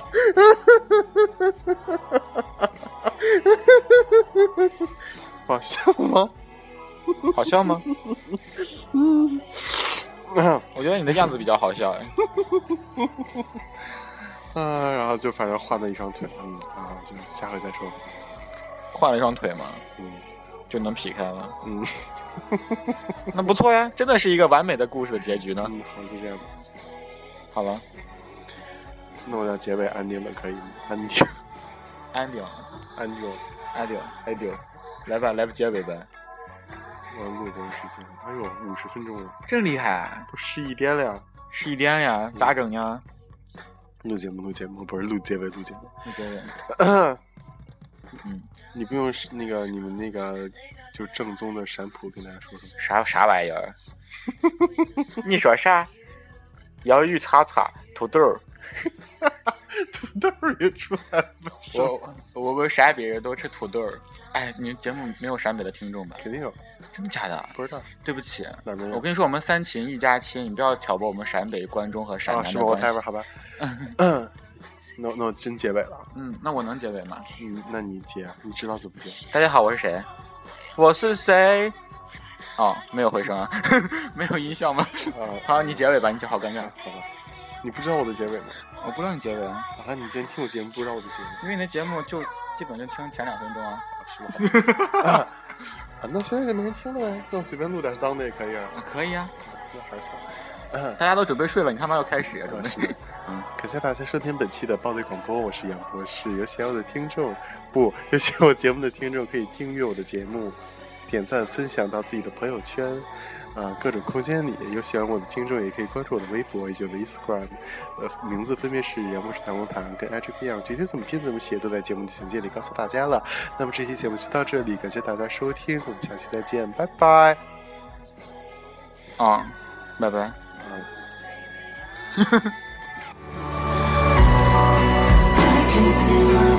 A: 好笑吗？
B: 好笑吗？
A: 嗯
B: 我觉得你的样子比较好笑。哎
A: 啊，然后就反正换了一双腿，嗯，啊，就下回再说，
B: 换了一双腿嘛，
A: 嗯
B: 就能劈开了，
A: 嗯
B: 那不错呀，真的是一个完美的故事的结局呢。
A: 嗯，好，就这样吧。
B: 好了
A: 那我要结尾安定了，可以吗？安定，
B: ，ending，ending，ending，
A: 安定，
B: 来吧，来吧，结尾吧。
A: 我录多长时间了？哎呦，五十分钟了，
B: 真厉害，啊
A: 都十一点了呀。
B: 是一天呀，咋整呀？
A: 录节目，录节目，不是录结尾，录结尾。
B: 你结尾，嗯，
A: 你不用是那个你们那个就正宗的陕普跟大家说说，
B: 啥啥玩意儿？ 你说啥？洋芋叉叉，土豆儿。
A: 土豆儿也出来了，
B: 我我们陕北人都吃土豆儿。哎，你们节目没有陕北的听众吧？
A: 肯定有，
B: 真的假的？
A: 不知道
B: 对不起，
A: 哪儿没有。
B: 我跟你说，我们三秦一家亲，你不要挑拨我们陕北观众和陕
A: 啊，
B: 南
A: 是
B: 的
A: 吗？我
B: 关
A: 待会
B: 系
A: 儿。好 吧。嗯那我那我真结尾了，
B: 嗯，那我能结尾吗？
A: 嗯，那你结，你知道怎么结？
B: 大家好，我是谁？我是谁？哦，没有回声啊， 没有音效吗？
A: 啊，
B: 好，你结尾吧，你结好尴尬。
A: 好吧，你不知道我的结尾吗？
B: 我不让你结尾啊，
A: 啊，你今天听我节目不知道我的结尾
B: 因为你的节目就基本就听前两分钟啊。
A: 是吗？啊，啊那现在就没人听了呗，那我随便录点脏的也可以啊。
B: 啊，可以啊，
A: 那还是算了。嗯，
B: 大家都准备睡了，你他妈要开始啊， 准备。
A: 是的
B: 嗯，
A: 感谢大家收听本期的暴力广播，我是杨博士。有喜欢我的听众，不，有喜欢我节目的听众可以订阅我的节目，点赞分享到自己的朋友圈，啊、各种空间里。有喜欢我的听众也可以关注我的微博以及我的 Instagram，呃，名字分别是杨博士弹簧糖跟 H P 一样，具体怎么拼怎么写都在节目的简介里告诉大家了。那么这期节目就到这里，感谢大家收听，我们下期再见，拜拜。
B: 啊、拜拜。
A: 嗯。
C: I can see my